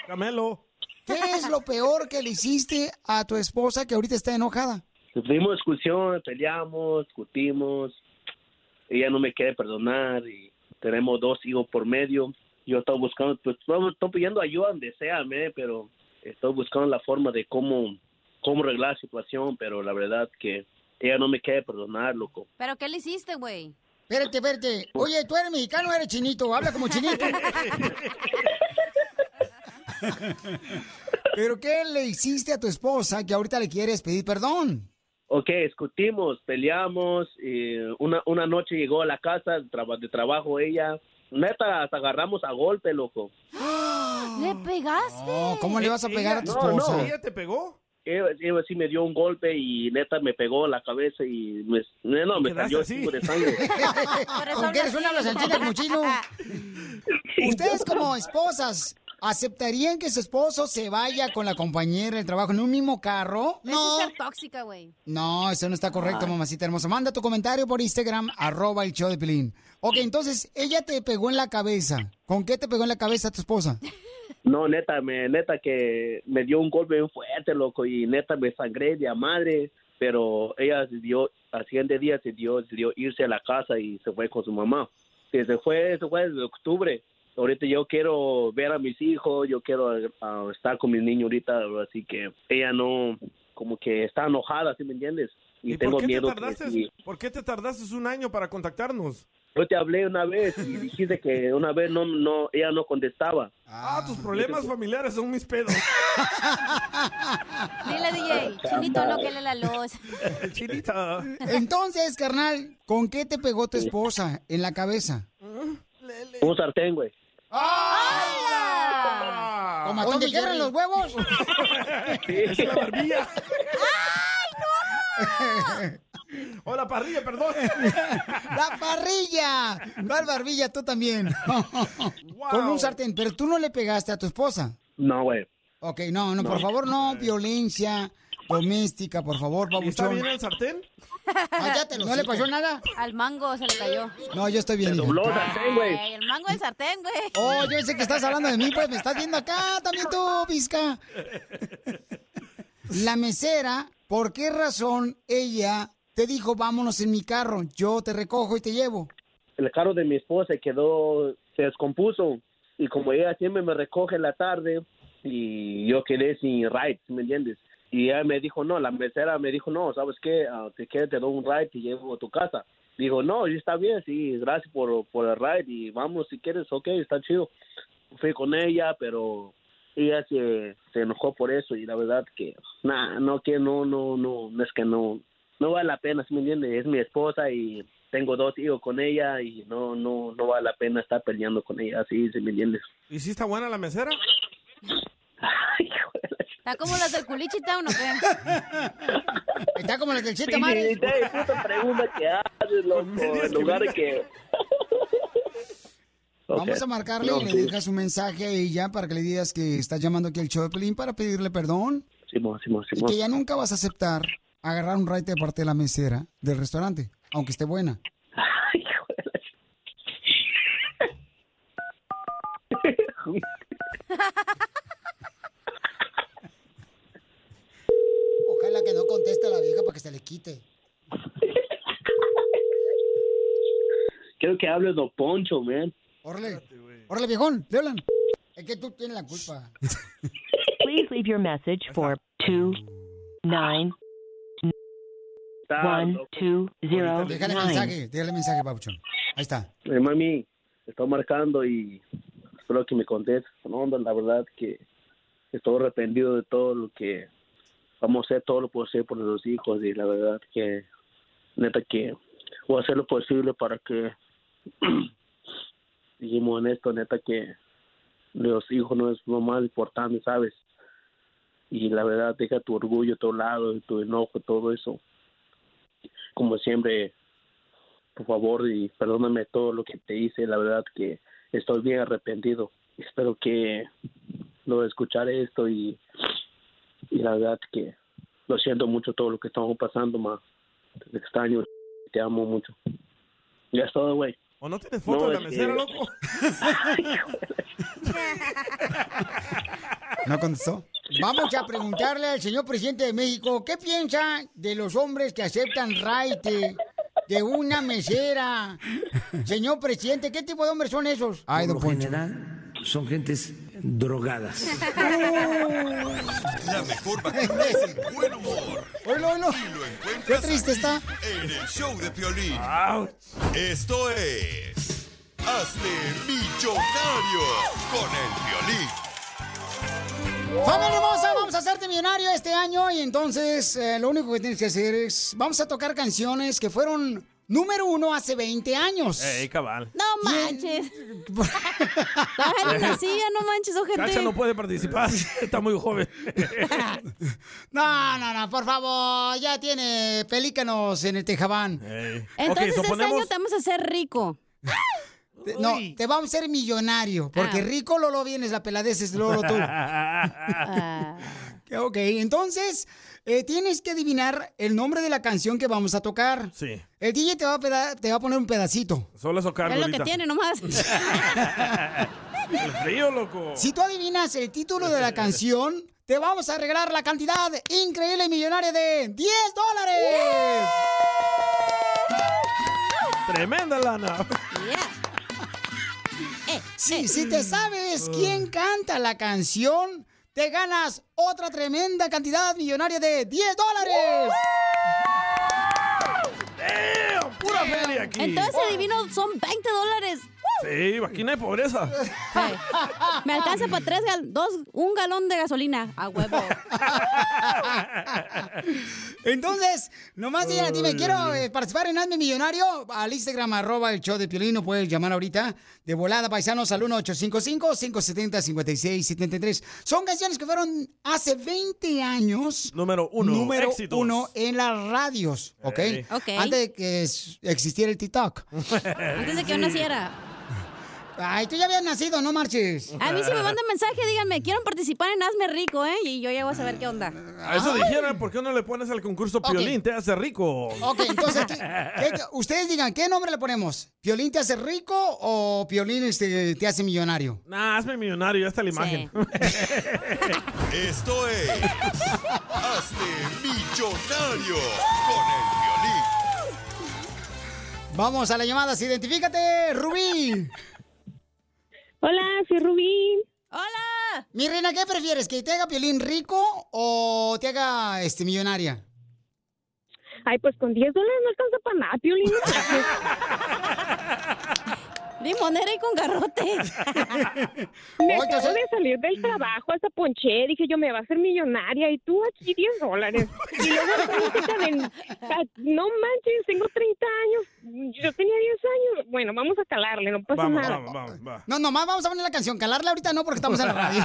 S2: Camelo.
S1: ¿qué es lo peor que le hiciste a tu esposa que ahorita está enojada?
S17: Tuvimos discusión, peleamos, discutimos. Ella no me quiere perdonar y tenemos dos hijos por medio. Yo estoy buscando, pues bueno, estoy pidiendo ayuda donde sea, me, pero estoy buscando la forma de cómo, cómo arreglar la situación, pero la verdad que ella no me quiere perdonar, loco.
S3: ¿Pero qué le hiciste, güey?
S1: Espérate, espérate. Oye, tú eres mexicano o eres chinito, habla como chinito. Pero ¿qué le hiciste a tu esposa que ahorita le quieres pedir perdón?
S17: Ok, discutimos, peleamos. eh, una, una noche llegó a la casa de, traba- de trabajo ella. Neta, hasta agarramos a golpe, loco.
S3: *gasps* ¿Le pegaste?
S1: Oh, ¿cómo le vas
S2: Eh,
S1: a pegar a tu
S17: No, no.
S1: esposa?
S17: Ella
S2: te pegó?
S17: Ella, ella sí me dio un golpe y neta me pegó en la cabeza y me, no, me salió chingo de
S2: *laughs*
S17: sangre.
S1: Aunque eres una blasanchina como chino. Ustedes como esposas, ¿aceptarían que su esposo se vaya con la compañera del trabajo en un mismo carro?
S3: Eso
S1: No.
S3: es ser tóxica, güey.
S1: No, eso no está correcto, mamacita hermosa. Manda tu comentario por Instagram, arroba el show de Pilín. Ok, entonces, ella te pegó en la cabeza. ¿Con qué te pegó en la cabeza tu esposa?
S17: No, neta, me, neta que me dio un golpe bien fuerte, loco, y neta me sangré de a madre, pero ella decidió, al siguiente día decidió, decidió irse a la casa y se fue con su mamá. Desde fue, eso fue desde octubre. Ahorita yo quiero ver a mis hijos, yo quiero ah, estar con mis niños ahorita, así que ella no, como que está enojada, ¿sí me entiendes? Y,
S2: ¿Por
S17: tengo
S2: qué, te
S17: miedo que
S2: tardaste,
S17: sí.
S2: ¿Por qué te tardaste un año para contactarnos?
S17: Yo te hablé una vez y dijiste que una vez no, no, ella no contestaba.
S2: Ah, tus problemas familiares son mis
S1: *laughs*
S2: pedos.
S3: Dile, DJ, chinito, no que le la luz.
S2: Chinita.
S1: Entonces, carnal, ¿con qué te pegó tu esposa en la cabeza?
S17: Un
S1: *laughs*
S17: sartén, güey.
S1: ¿Cómo te
S5: Jerry.
S1: quiebran los *laughs* huevos?
S2: Es la barbilla. O la parrilla, perdón.
S1: ¡La parrilla! ¿Cuál barbilla? Tú
S2: *laughs*
S1: también. Con un sartén. Pero tú no le pegaste a tu esposa.
S17: No, güey.
S1: Ok, no, no, por
S17: No.
S1: favor, no. Violencia doméstica, por favor,
S2: ¿Está
S1: babuchón.
S2: bien el sartén?
S1: Cállate, ¿No le pasó nada?
S3: Al mango se le cayó.
S1: No, yo estoy bien. hija.
S3: Ay, el mango del sartén, güey.
S1: Oh, yo sé que estás hablando de mí, pues me estás viendo acá también tú, Vizca. La mesera, ¿por qué razón ella te dijo, vámonos en mi carro, yo te recojo y te llevo?
S17: El carro de mi esposa quedó, se descompuso. Y como ella siempre me recoge en la tarde y yo quedé sin ride, ¿sí ¿me entiendes? Y ella me dijo, no, la mesera me dijo, no, ¿sabes qué? Ah, si quieres te doy un ride y llevo a tu casa. Dijo, no, y está bien, sí, gracias por, por el ride y vamos si quieres, ok, está chido. Fui con ella, pero ella se, se enojó por eso y la verdad que, nah, no, que no, no, no, no, es que no, no vale la pena, ¿sí ¿me entiendes? Es mi esposa y tengo dos hijos con ella y no, no, no vale la pena estar peleando con ella, así, ¿sí ¿me entiendes?
S2: ¿Y si está buena la mesera?
S17: *laughs*
S3: Está como las del culichi town, ¿o qué?
S1: *laughs* Está como las del
S3: Siete
S17: Mares.
S3: Mares.
S17: puta pregunta que haces, loco, en lugar de que...
S1: Vamos
S17: Ok.
S1: a marcarle
S17: No,
S1: y le
S17: sí.
S1: dejas un mensaje a ella para que le digas que estás llamando aquí al show de Pelín para pedirle perdón
S17: Simón, Simón,
S1: y
S17: Simón.
S1: que ya nunca vas a aceptar agarrar un ride de parte de la mesera del restaurante, aunque esté buena. Ojalá que no conteste a la vieja para que se le quite.
S17: Quiero que hables don Poncho, man.
S1: Órale, órale viejón, le hablan. Es que tú tienes la culpa.
S11: *laughs* Please leave your message for two nine one two zero
S1: Déjale
S11: nine.
S1: mensaje, déjale
S13: *laughs*
S1: mensaje, babuchón. Ahí está.
S17: Eh, mami, estoy marcando y espero que me contestes. No, hombre, la verdad que estoy arrepentido de todo lo que vamos a hacer, todo lo posible por los hijos y la verdad que neta que voy a hacer lo posible para que dijimos honesto, neta que los hijos no es lo más importante, ¿sabes? Y la verdad deja tu orgullo a tu lado, y tu enojo, todo eso. Como siempre, por favor y perdóname todo lo que te hice, la verdad que estoy bien arrepentido. Espero que lo escuchar esto y, y la verdad que lo siento mucho todo lo que estamos pasando, ma. Te extraño, te amo mucho. Ya es todo, güey.
S2: ¿O no tienes foto
S17: No,
S2: de la
S17: es
S2: mesera,
S17: que-
S2: loco?
S1: ¿No contestó? Vamos a preguntarle al señor presidente de México qué piensa de los hombres que aceptan raite de una mesera. Señor presidente, ¿qué tipo de hombres son
S3: *laughs*
S1: esos?
S8: Ay, Por lo general, son gentes drogadas.
S6: La mejor vacuna es el buen humor. Y lo encuentras
S1: está.
S6: En el show de Piolín. Esto es... Hazte millonario con el *laughs* Piolín.
S1: Familia hermosa, vamos a hacerte millonario este año y entonces eh, lo único que tienes que hacer es, vamos a tocar canciones que fueron número uno hace 20 años.
S2: Ey, cabal.
S3: No *laughs* manches. Bájale una silla, no manches, oh, ojete.
S2: Cacha no puede participar, *laughs* está muy
S1: *laughs*
S2: joven.
S1: No, no, no, por favor, ya tiene pelícanos en el Tejabán.
S3: Entonces este año te vamos a hacer rico.
S1: Te- No, te vamos a ser millonario, porque
S3: Ah.
S1: rico Lolo vienes, la peladez es Lolo
S2: *laughs*
S1: tú. Que *laughs* ok, entonces eh, tienes que adivinar el nombre de la canción que vamos a tocar.
S2: Sí.
S1: El DJ te va a, peda- te va a poner un pedacito.
S2: Solo eso cargo ahorita.
S1: *laughs*
S3: nomás.
S2: El frío, loco.
S1: Si tú adivinas el título de la canción, te vamos a arreglar la cantidad increíble y millonaria de 10 dólares.
S2: Tremenda lana.
S1: Sí, si te sabes quién canta la canción, te ganas otra tremenda cantidad millonaria de 10 dólares.
S2: ¡Puro Pura feria aquí.
S3: Entonces, adivino, son 20 dólares.
S2: Sí, aquí no hay pobreza.
S3: Sí. *laughs* Me alcanza para tres, gal- dos, un galón de gasolina. A huevo.
S1: Entonces, nomás digan a ti, me quiero eh, participar en Hazme Millonario, al Instagram arroba el show de Piolín, no puedes llamar ahorita, de volada, paisanos, al 1-855-570-5673. Son canciones que fueron hace 20 años.
S2: Número uno,
S1: Número
S2: éxitos.
S1: uno en las radios, ¿ok?
S2: Ey. Ok.
S1: Antes de que s- existiera el TikTok.
S3: Antes de que yo naciera.
S1: Ay, tú ya habías nacido, no marches.
S3: A mí si me mandan mensaje, díganme, quiero participar en Hazme Rico, ¿eh? Y yo llego a saber qué onda.
S2: A eso dijeron, ¿por qué no le pones al concurso
S3: Ok.
S2: Piolín? Te hace rico.
S1: Ok, entonces, ¿qué- qué- ustedes digan, ¿qué nombre le ponemos? ¿Piolín te hace rico o Piolín este, te hace millonario?
S2: Nah, hazme millonario, ya está
S1: *laughs*
S2: la imagen. *laughs*
S6: Esto es Hazte Millonario con
S1: Vamos a las llamadas, identifícate, Rubí.
S10: Hola, soy Rubí.
S3: Hola.
S1: Mi reina, ¿qué prefieres? ¿Que te haga Piolín rico o te haga este millonaria?
S10: Ay, pues con 10 dólares no alcanza para nada,
S3: *laughs*
S10: Piolín.
S3: Limonera y con
S10: *laughs*
S3: garrote.
S10: Me acabo de salir del trabajo hasta ponché. Dije, yo me va a hacer millonaria y tú aquí 10 dólares. Y luego tengo que caben- ca- "Ah, No manches, tengo 30 años. Yo tenía 10 años. Bueno, vamos a calarle, no pasa nada.
S1: No, nomás vamos a poner la canción. Calarla ahorita no, porque estamos en la
S13: *laughs*
S1: radio.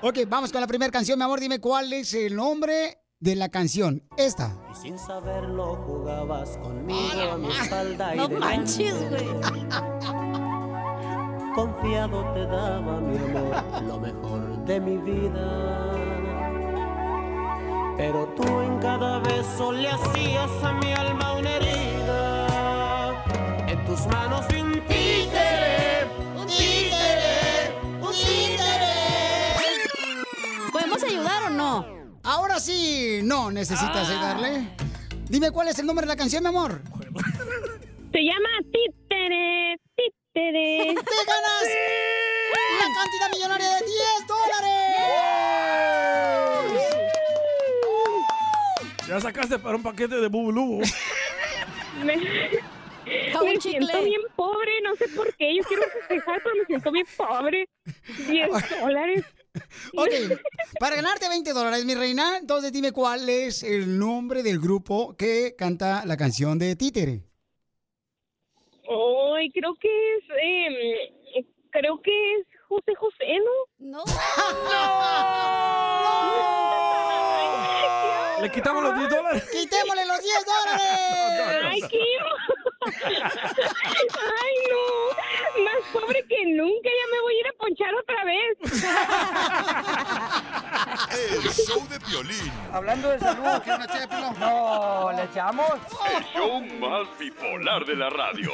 S1: ok, vamos con la primera canción, mi amor. Dime cuál es el nombre de la canción. Esta.
S13: Y sin saberlo jugabas conmigo a mi espalda y
S3: No
S13: delante.
S3: manches, güey.
S13: Confiado te daba mi amor lo mejor de mi vida. *laughs* Pero tú en cada beso le hacías a mi alma una herida. En tus manos vi un títere, un títere, un títere.
S3: ¿Podemos ayudar o no? Ah.
S1: Ahora sí, no necesitas ayudarle. Dime cuál es el nombre de la canción, mi amor.
S10: Se llama Títere, Títere.
S1: ¡Te ganas la cantidad millonaria de 10 dólares!
S2: Ya sacaste para un paquete
S3: *laughs*
S2: de bubulubu.
S10: *laughs* Me,
S3: Como
S10: me
S3: un
S10: siento
S3: chicle.
S10: bien pobre, no sé por qué. Yo quiero festejar, pero me siento bien pobre. 10 dólares.
S1: Ok, para ganarte 20 dólares, mi reina, entonces dime cuál es el nombre del grupo que canta la canción de Títere.
S10: Ay, creo que es. em, creo que es José José,
S1: *laughs*
S3: ¿no? No.
S2: Le quitamos los 10 dólares.
S1: ¡Quitémosle los 10 dólares!
S10: ¡Ay, qué! ¡Ay, no! Más pobre que nunca, ya me voy a ir a ponchar otra vez.
S6: el show de Piolín.
S13: Hablando de salud, ¿quieres una chépilo? No, ¿le echamos?
S12: El show más bipolar de la radio.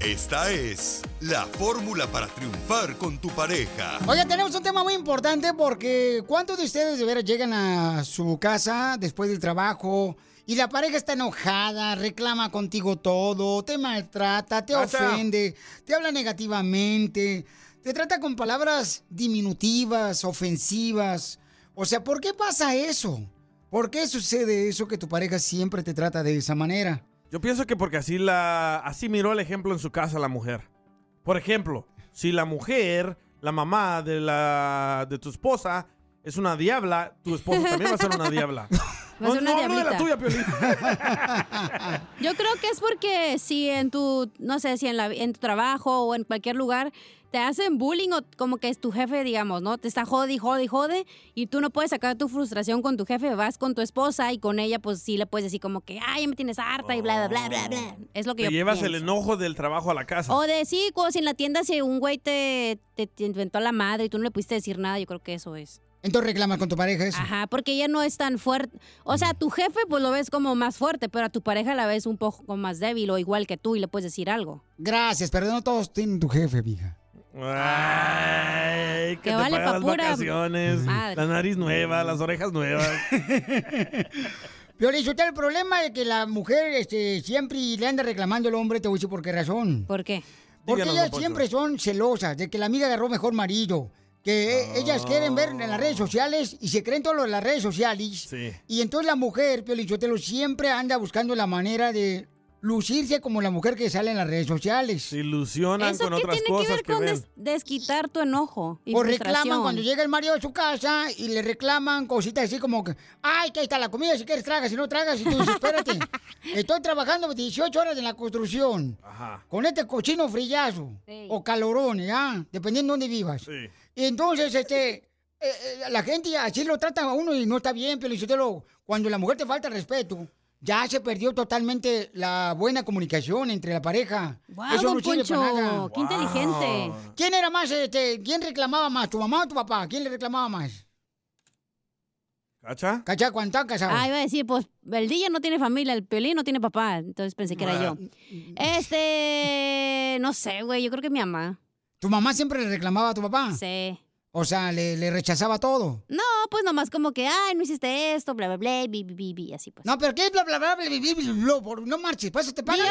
S6: Esta es la fórmula para triunfar con tu pareja.
S1: Oye, tenemos un tema muy importante porque ¿cuántos de ustedes de veras llegan a su casa después del trabajo y la pareja está enojada, reclama contigo todo, te maltrata, te
S18: Cacha.
S1: ofende, te habla negativamente, te trata con palabras diminutivas, ofensivas? O sea, ¿por qué pasa eso? ¿Por qué sucede eso que tu pareja siempre te trata de esa manera?
S2: Yo pienso que porque así la así miró el ejemplo en su casa la mujer. Por ejemplo, si la mujer, la mamá de la de tu esposa es una diabla, tu esposo también va a ser
S3: *laughs*
S2: una diabla.
S3: Va a ser una
S2: no hablo de la
S3: diablita.
S2: tuya, Piolín.
S3: Yo creo que es porque si en tu, no sé, si en, la, en tu trabajo o en cualquier lugar te hacen bullying o como que es tu jefe, digamos, ¿no? Te está jode, y jode, y jode y tú no puedes sacar tu frustración con tu jefe, vas con tu esposa y con ella pues sí le puedes decir como que, ay, ya me tienes harta y bla, bla, bla, bla, bla. Es lo que
S2: Te
S3: yo
S2: llevas el
S3: pienso.
S2: enojo del trabajo a la casa.
S3: O de sí, cuando si en la tienda si un güey te, te, te inventó a la madre y tú no le pudiste decir nada, yo creo que eso es.
S1: Entonces reclamas con tu pareja eso.
S3: Ajá, porque ella no es tan fuerte. O sea,
S1: Mm.
S3: tu jefe pues lo ves como más fuerte, pero a tu pareja la ves un poco más débil o igual que tú y le puedes decir algo.
S1: Gracias, pero no todos tienen tu jefe, mija.
S2: Ay, que
S3: Que
S2: te
S3: vale
S2: pagan
S3: pa'
S2: las
S3: pura
S2: vacaciones,
S3: madre.
S2: la nariz nueva, las orejas nuevas.
S1: Piolín, Sotelo, el problema de que la mujer este, siempre le anda reclamando al hombre, te voy a decir por qué razón.
S3: ¿Por qué?
S1: Porque
S2: Díganos,
S1: ellas
S2: don Poncho.
S1: siempre son celosas de que la amiga agarró mejor marido, que e, ellas quieren ver en las redes sociales y se creen todo lo de las redes sociales.
S2: Oh. Sí.
S1: Y entonces la mujer, Piolichotelo, siempre anda buscando la manera de lucirse como la mujer que sale en las redes sociales.
S2: Se ilusionan
S3: ¿Eso
S2: con
S3: qué
S2: otras
S3: tiene que
S2: cosas
S3: ver
S2: que
S3: con
S2: ven.
S3: des- desquitar tu enojo? y
S1: O reclaman
S3: frustración?
S1: cuando llega el marido a su casa y le reclaman cositas así como que, ay, que ahí está la comida, si quieres tragas, si no tragas, y tú
S3: *laughs*
S1: dices, espérate, estoy trabajando 18 horas en la construcción,
S2: Ajá.
S1: con este cochino frillazo, o calorón, ¿ya? Dependiendo de dónde vivas.
S2: Sí.
S1: Y entonces, este, eh, eh, la gente así lo trata a uno y no está bien, pero Sotelo, cuando la mujer te falta respeto, ya se perdió totalmente la buena comunicación entre la pareja.
S3: Guau, don Poncho, qué Guau. inteligente.
S1: ¿Quién era más, este, quién reclamaba más, tu mamá o tu papá? ¿Quién le reclamaba más?
S2: ¿Cacha?
S1: ¿Cacha cuánta casado?
S3: Ah, iba a decir, pues, el DJ no tiene familia, el Piolín no tiene papá. Entonces pensé que era
S1: Ah.
S3: yo. Este, no sé, güey, yo creo que mi mamá.
S1: ¿Tu mamá siempre le reclamaba a tu papá?
S3: Sí.
S1: O sea, le, le rechazaba todo.
S3: No, pues nomás como que, ay, no hiciste esto, bla, bla, bla, y bi, bi, bi, bi, así pues.
S1: No, pero qué bla bla bla bla bla, bla, bla, bla, por- no marches, para eso te pagan.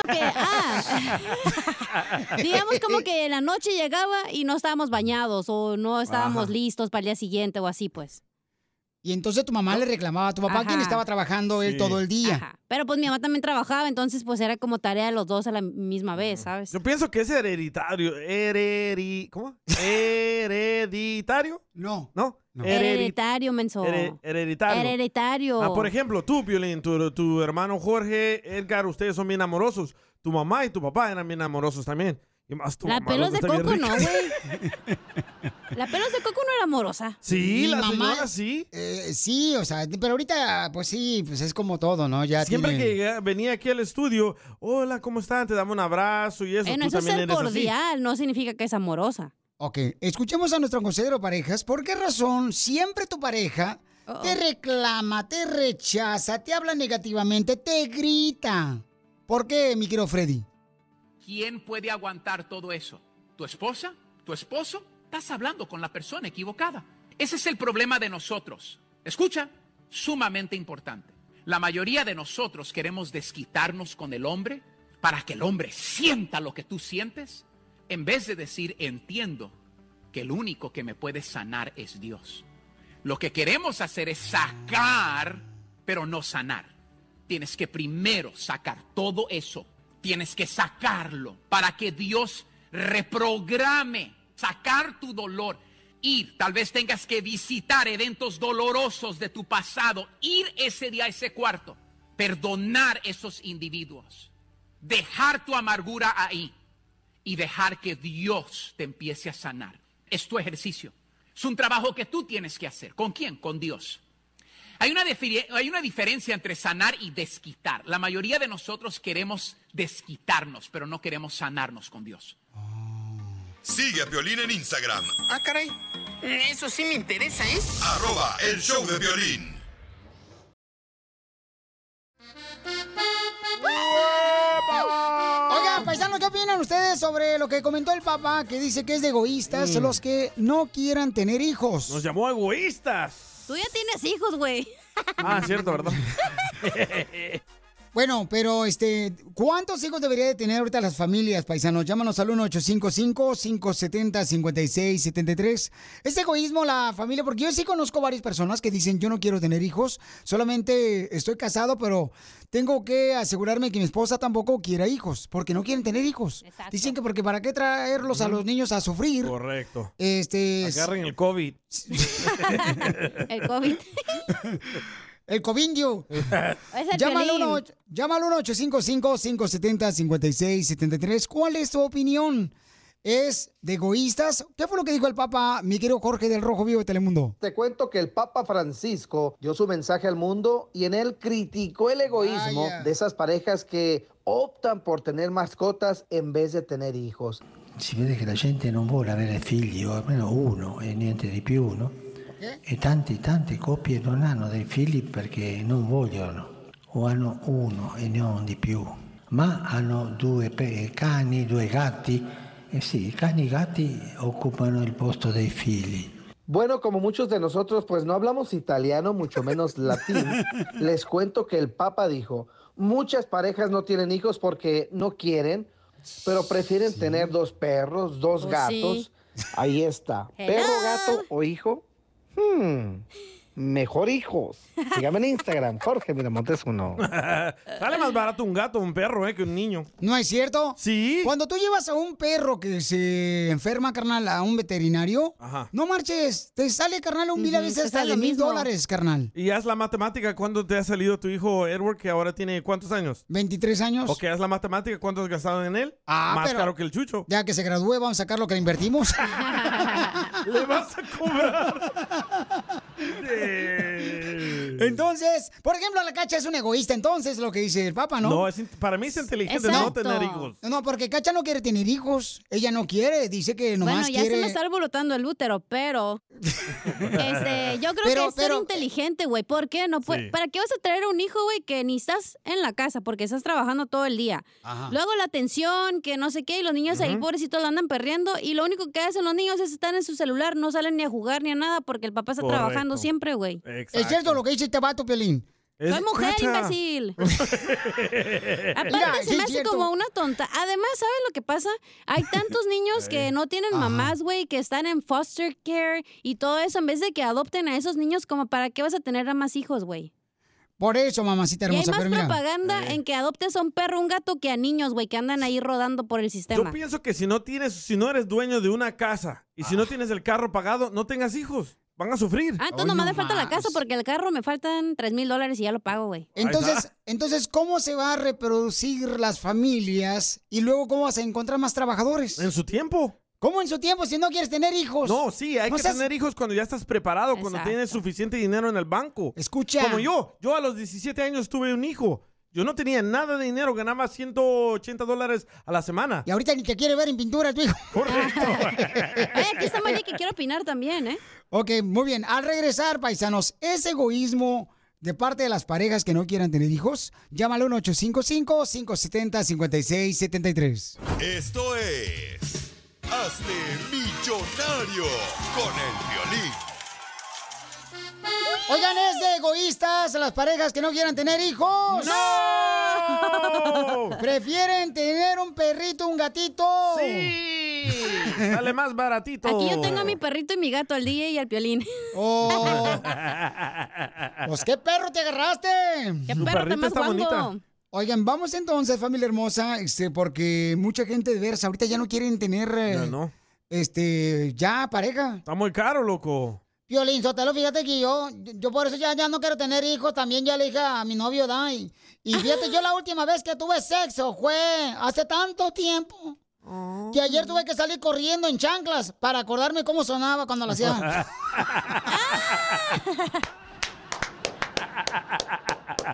S3: Digamos
S1: *laughs*
S3: como que en la noche llegaba y no estábamos bañados o no estábamos
S1: Ajá.
S3: listos para el día siguiente o así pues.
S1: Y entonces tu mamá le reclamaba a tu papá, quien
S3: Ajá.
S1: estaba trabajando él
S3: Sí.
S1: todo el día.
S3: Ajá. Pero pues mi mamá también trabajaba, entonces pues era como tarea de los dos a la misma
S1: Mm.
S3: vez, ¿sabes?
S2: Yo pienso que es hereditario. Hereri... ¿Cómo? ¿Hereditario?
S1: No.
S2: ¿No? Heredi-
S3: Hereditario, menso.
S2: here- hereditario.
S3: Hereditario.
S2: Ah, por ejemplo, tú, Piolín, tu, tu hermano Jorge, Edgar, ustedes son bien amorosos. Tu mamá y tu papá eran bien amorosos también. Y más tu
S3: La
S2: mamá,
S3: pelos
S2: loco,
S3: de
S2: está bien
S3: coco no,
S2: rica.
S3: güey. La pelos de coco no era amorosa.
S2: Sí,
S1: Mi
S2: la
S1: mamá-
S2: señora sí.
S1: Eh, sí, o sea, pero ahorita, pues sí, pues es como todo, ¿no? Ya
S2: Siempre
S1: tienen-
S2: que llegaba- *laughs* venía aquí al estudio, hola, ¿cómo están? Te daba un abrazo y eso.
S3: Eh, no,
S2: tú
S3: eso es
S2: también
S3: ser
S2: eres así.
S3: cordial, no significa que es amorosa.
S1: Ok, escuchemos a nuestro consejero parejas. ¿Por qué razón siempre tu pareja
S3: Oh.
S1: te reclama, te rechaza, te habla negativamente, te grita? ¿Por qué, mi querido Freddy?
S18: ¿Quién puede aguantar todo eso? ¿Tu esposa? ¿Tu esposo? Estás hablando con la persona equivocada. Ese es el problema de nosotros. Escucha, sumamente importante. La mayoría de nosotros queremos desquitarnos con el hombre para que el hombre sienta lo que tú sientes, en vez de decir, entiendo que el único que me puede sanar es Dios. Lo que queremos hacer es sacar, pero no sanar. Tienes que primero sacar todo eso. Tienes que sacarlo para que Dios reprograme, sacar tu dolor. Ir, tal vez tengas que visitar eventos dolorosos de tu pasado, ir ese día a ese cuarto, perdonar esos individuos, dejar tu amargura ahí y dejar que Dios te empiece a sanar. Es tu ejercicio. Es un trabajo que tú tienes que hacer. ¿Con quién? Con Dios. Hay una, defiri- hay una diferencia entre sanar y desquitar. La mayoría de nosotros queremos desquitarnos, pero no queremos sanarnos con Dios.
S6: Sigue a Violín en Instagram,
S18: Ah, caray. Eso sí me interesa, ¿eh?
S6: arroba el show de violín.
S1: Oiga, paisanos, ¿qué opinan ustedes sobre lo que comentó el papá que dice que es de egoístas
S2: Mm.
S1: los que no quieran tener hijos?
S2: Nos llamó egoístas.
S3: Tú ya tienes hijos, güey. *laughs*
S2: Ah, cierto,
S1: *laughs*
S2: ¿verdad?
S1: Bueno, pero este, ¿cuántos hijos debería de tener ahorita las familias, paisanos? Llámanos al 1-855-570-5673. Es egoísmo la familia, porque yo sí conozco varias personas que dicen, yo no quiero tener hijos, solamente estoy casado, pero tengo que asegurarme que mi esposa tampoco quiera hijos, porque no quieren tener hijos. Dicen que porque para qué traerlos a los niños a sufrir.
S2: Correcto.
S1: Este, *laughs*
S2: Agarren el COVID.
S3: El COVID.
S1: El
S2: *laughs*
S1: covindio.
S3: Es el
S1: Llámalo
S3: Piolín.
S1: uno- Llámalo 1-855-570-5673. ¿Cuál es tu opinión? ¿Es de egoístas? ¿Qué fue lo que dijo el Papa, mi querido Jorge del Rojo Vivo de Telemundo?
S4: Te cuento que el Papa Francisco dio su mensaje al mundo y en él criticó el egoísmo
S19: Vaya.
S4: de esas parejas que optan por tener mascotas en vez de tener hijos.
S19: Si vede che la gente non vuole avere figli o almeno uno e niente di più, no? E tante, tante coppie non hanno dei figli perché non vogliono o hanno uno e non di più, ma hanno due pe- cani, due gatti. E sì, i cani e i gatti occupano il posto dei figli.
S4: Bueno, como muchos de nosotros, pues no hablamos italiano, mucho *laughs* menos latín, les cuento que el Papa dijo, muchas parejas no tienen hijos porque no quieren, pero prefieren tener dos perros, dos
S19: Pues sí.
S4: gatos, Ahí está.
S20: Hello.
S4: Perro, gato o hijo. Hmm, mejor hijos. Sígame en Instagram, Jorge Miramontes uno.
S2: Sale más barato un gato, un perro, eh, que un niño.
S1: ¿No es cierto? Sí. Cuando tú llevas a un perro que se enferma, carnal, a un veterinario, no marches, te sale, carnal, un mil a
S2: Ujú,
S1: veces
S2: te
S1: hasta
S2: sale
S1: de mil
S2: mismo.
S1: dólares, carnal.
S2: Y haz la matemática, ¿cuánto te ha salido tu hijo Edward, que ahora tiene cuántos años?
S1: 23 años.
S2: Ok, haz la matemática, ¿cuánto has gastado en él?
S1: Ah,
S2: Más
S1: pero-
S2: caro que el chucho.
S1: Ya que se gradúe, vamos a sacar lo que le
S2: *laughs*
S1: invertimos.
S2: Le vas a cobrar.
S1: Entonces, por ejemplo, la cacha es un egoísta, entonces lo que dice el Papa, ¿no?
S2: No, es in- para mí es inteligente no tener hijos.
S1: No, porque Cacha no quiere tener hijos. Ella no quiere, dice que nomás
S3: bueno, ya
S1: quiere.
S3: se me está alborotando el útero,
S1: *laughs*
S3: pero este, yo creo
S1: Pero-
S3: que es ser
S1: pero-
S3: inteligente, güey. ¿Por qué? No puede-
S1: Sí.
S3: ¿Para qué vas a traer un hijo, güey, que ni estás en la casa porque estás trabajando todo el día?
S1: Ajá.
S3: Luego la atención, que no sé qué, y los niños ahí
S1: Ujú.
S3: pobrecitos lo andan perdiendo y lo único que hacen los niños es estar en su celular, no salen ni a jugar ni a nada porque el papá está
S1: Correcto.
S3: trabajando siempre, güey.
S1: Es cierto lo que dice este vato, Pelín.
S3: Soy mujer, imbécil. Aparte,
S1: Mira, sí
S3: se
S1: es
S3: me hace
S1: cierto.
S3: como una tonta. Además, ¿sabes lo que pasa? Hay
S1: *laughs*
S3: tantos niños que no tienen
S1: Ajá.
S3: mamás, güey, que están en foster care y todo eso, en vez de que adopten a esos niños, como para qué vas a tener a más hijos, güey.
S1: Por eso, mamacita
S3: Y hay
S1: hermosa,
S3: más
S1: pero mira.
S3: propaganda en que adoptes a un perro, un gato, que a niños, güey, que andan ahí rodando por el sistema.
S2: Yo pienso que si no tienes, si no eres dueño de una casa y si no tienes el carro pagado, no tengas hijos. Van a sufrir.
S3: Ah, entonces nomás le falta la casa porque el carro me faltan 3 mil dólares y ya lo pago, güey.
S1: Entonces, entonces, ¿cómo se va a reproducir las familias y luego cómo vas a encontrar más trabajadores? En
S2: su tiempo.
S1: ¿Cómo en su tiempo si no quieres tener hijos?
S2: No, sí, hay
S1: No
S2: que
S1: seas-
S2: tener hijos cuando ya estás preparado, cuando
S1: Exacto.
S2: tienes suficiente dinero en el banco.
S1: Escucha.
S2: Como yo, yo a los 17 años tuve un hijo. Yo no tenía nada de dinero, ganaba 180 dólares a la semana.
S1: Y ahorita ni te quiere ver en pintura tu hijo. *laughs*
S3: Oye, aquí está María Eh, que quiero opinar también, ¿eh?
S1: Ok, muy bien. Al regresar, paisanos, ¿es egoísmo de parte de las parejas que no quieran tener hijos? Llámale 1-855-570-5673.
S6: Esto es. Hazte millonario con el violín.
S1: Oigan, ¿es de egoístas las parejas que no quieran tener hijos?
S2: ¡No!
S1: *laughs* ¿Prefieren tener un perrito, un gatito?
S2: Sí. Sale más baratito.
S3: Aquí yo tengo a mi perrito y mi gato, al DJ y al piolín. *laughs*
S1: Oh.
S2: *laughs*
S1: Pues qué perro te agarraste.
S3: Qué Su perro tan perrita más está guango. bonita.
S1: Oigan, vamos entonces, familia hermosa, este, porque mucha gente de veras ahorita ya no quieren tener eh, este, ya pareja.
S2: Está muy caro, loco.
S1: Violín Sotelo, fíjate que yo, yo por eso ya, ya no quiero tener hijos, también ya le dije a mi novio Dai. Y fíjate, yo la última vez que tuve sexo fue hace tanto tiempo que ayer tuve que salir corriendo en chanclas para acordarme cómo sonaba cuando lo
S13: *laughs*
S1: hacía.
S2: *laughs*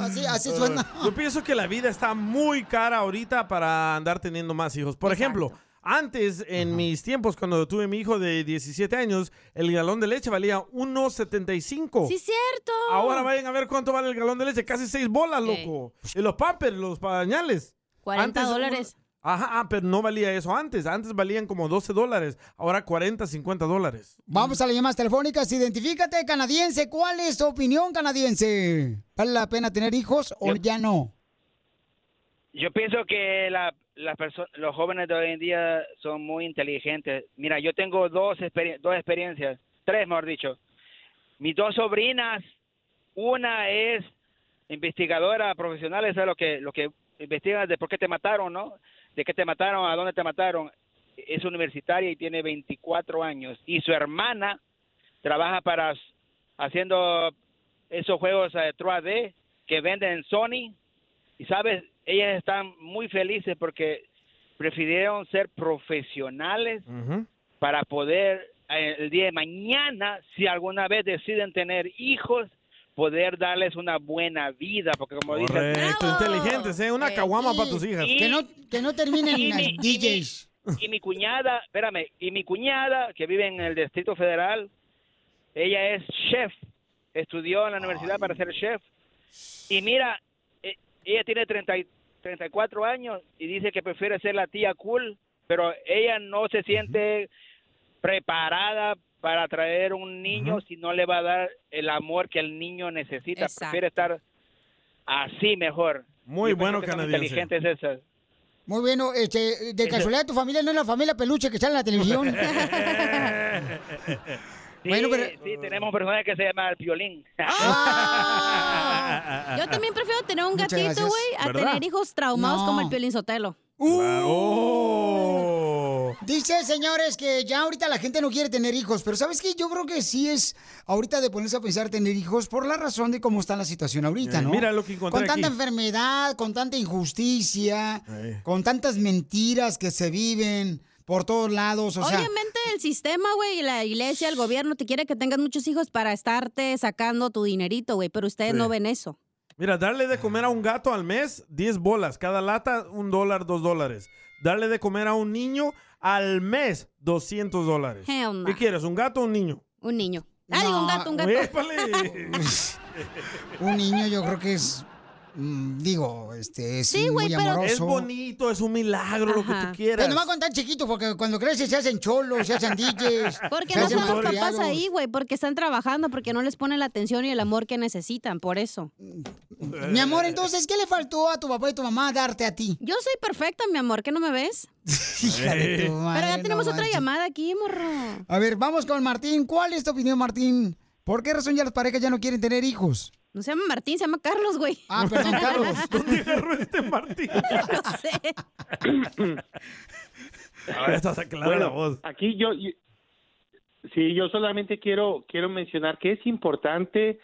S1: Así- así suena.
S2: Yo pienso que la vida está muy cara ahorita para andar teniendo más hijos. Por ejemplo, antes, en mis tiempos, cuando tuve mi hijo de 17 años, el galón de leche valía 1.75.
S3: ¡Sí, cierto!
S2: Ahora vayan a ver cuánto vale el galón de leche. Casi 6 bolas,
S3: Ey.
S2: loco. Y los pampers, los pañales.
S3: 40
S2: uno-
S3: dólares.
S2: Ajá, ah, pero no valía eso antes. Antes valían como 12 dólares. Ahora 40, 50 dólares.
S1: Vamos a las llamadas telefónicas. Identifícate, canadiense. ¿Cuál es tu opinión, canadiense? ¿Vale la pena tener hijos o
S21: Yo-
S1: ya no?
S21: Yo pienso que la, las perso- los jóvenes de hoy en día son muy inteligentes. Mira, yo tengo dos, experien- dos experiencias, tres mejor dicho. Mis dos sobrinas, una es investigadora profesional, es lo que, lo que investiga de por qué te mataron, ¿no? De qué te mataron, a dónde te mataron. Es universitaria y tiene 24 años. Y su hermana trabaja para haciendo esos juegos eh, 3D que venden en Sony y sabes, ellas están muy felices porque prefirieron ser profesionales para poder eh, el día de mañana, si alguna vez deciden tener hijos, poder darles una buena vida, porque como dicen...
S2: Correcto, pues, inteligentes, ¿eh? Una caguama para tus hijas.
S1: Que no, que no terminen
S21: Y
S1: en
S21: mi-
S1: DJs.
S21: Y mi cuñada, espérame, y mi cuñada que vive en el Distrito Federal, ella es chef, estudió en la universidad para ser chef. Y mira, e- ella tiene 30, y 34 años y dice que prefiere ser la tía cool, pero ella no se siente preparada para traer un niño si no le va a dar el amor que el niño necesita.
S2: Exacto.
S21: Prefiere estar así mejor.
S2: Muy
S21: Yo pienso
S2: bueno,
S21: que son
S2: canadiense.
S21: inteligentes esas.
S1: Muy bueno, este, de casualidad tu familia no es la familia peluche que sale en la
S2: *laughs*
S1: televisión.
S21: *laughs* Sí,
S1: Bueno, pero-
S21: sí, tenemos personas que se llama el violín.
S3: Ah.
S21: *laughs*
S3: Yo también prefiero tener un
S21: Muchas
S3: gatito,
S21: gracias.
S3: güey, a
S21: ¿Verdad?
S3: tener hijos traumados
S1: No.
S3: como el Piolín Sotelo.
S2: Oh.
S1: Dice, señores, que ya ahorita la gente no quiere tener hijos, pero ¿sabes qué? Yo creo que sí es ahorita de ponerse a pensar tener hijos por la razón de cómo está la situación ahorita,
S2: Eh,
S1: ¿no?
S2: mira lo que encontré
S1: Con tanta
S2: aquí.
S1: enfermedad, con tanta injusticia,
S2: Eh.
S1: con tantas mentiras que se viven por todos lados, o sea...
S3: Obviamente el sistema, güey, la iglesia, el gobierno te quiere que tengas muchos hijos para estarte sacando tu dinerito, güey, pero ustedes
S2: Sí.
S3: no ven eso.
S2: Mira, darle de comer a un gato al mes, 10 bolas. Cada lata, un dólar, dos dólares. Darle de comer a un niño al mes, 200 dólares.
S3: Hell no.
S2: ¿Qué quieres, un gato o un niño?
S3: Un niño. Ah, digo, un gato, un gato.
S2: ¡Épale!
S1: *laughs* Un niño yo creo que es, mm, digo, este, es
S2: Sí, güey,
S1: muy
S2: pero-
S1: amoroso.
S2: Es bonito, es un milagro, lo que tú quieras.
S1: Pero no va a contar chiquito, porque cuando creces se hacen cholos, se hacen DJs.
S3: *laughs* Porque
S1: se
S3: no
S1: hacen
S3: están los papás
S1: malcriados.
S3: ahí, güey, porque están trabajando, porque no les ponen la atención y el amor que necesitan, por eso.
S1: Mi amor, entonces, ¿qué le faltó a tu papá y tu mamá darte a ti?
S3: Yo soy perfecta, mi amor, ¿que no me ves?
S1: Hija de tu madre,
S3: Pero ya
S1: no
S3: tenemos otra
S1: manches.
S3: llamada aquí, morro.
S1: A ver, vamos con Martín. ¿Cuál es tu opinión, Martín? ¿Por qué razón ya las parejas ya no quieren tener hijos?
S3: No se llama Martín, se llama Carlos, güey.
S1: Ah,
S3: *laughs*
S1: perdón, Carlos.
S2: este *laughs* Ahora estás aclara
S22: Bueno,
S2: la voz.
S22: Aquí yo, yo- sí, yo solamente quiero quiero mencionar que es importante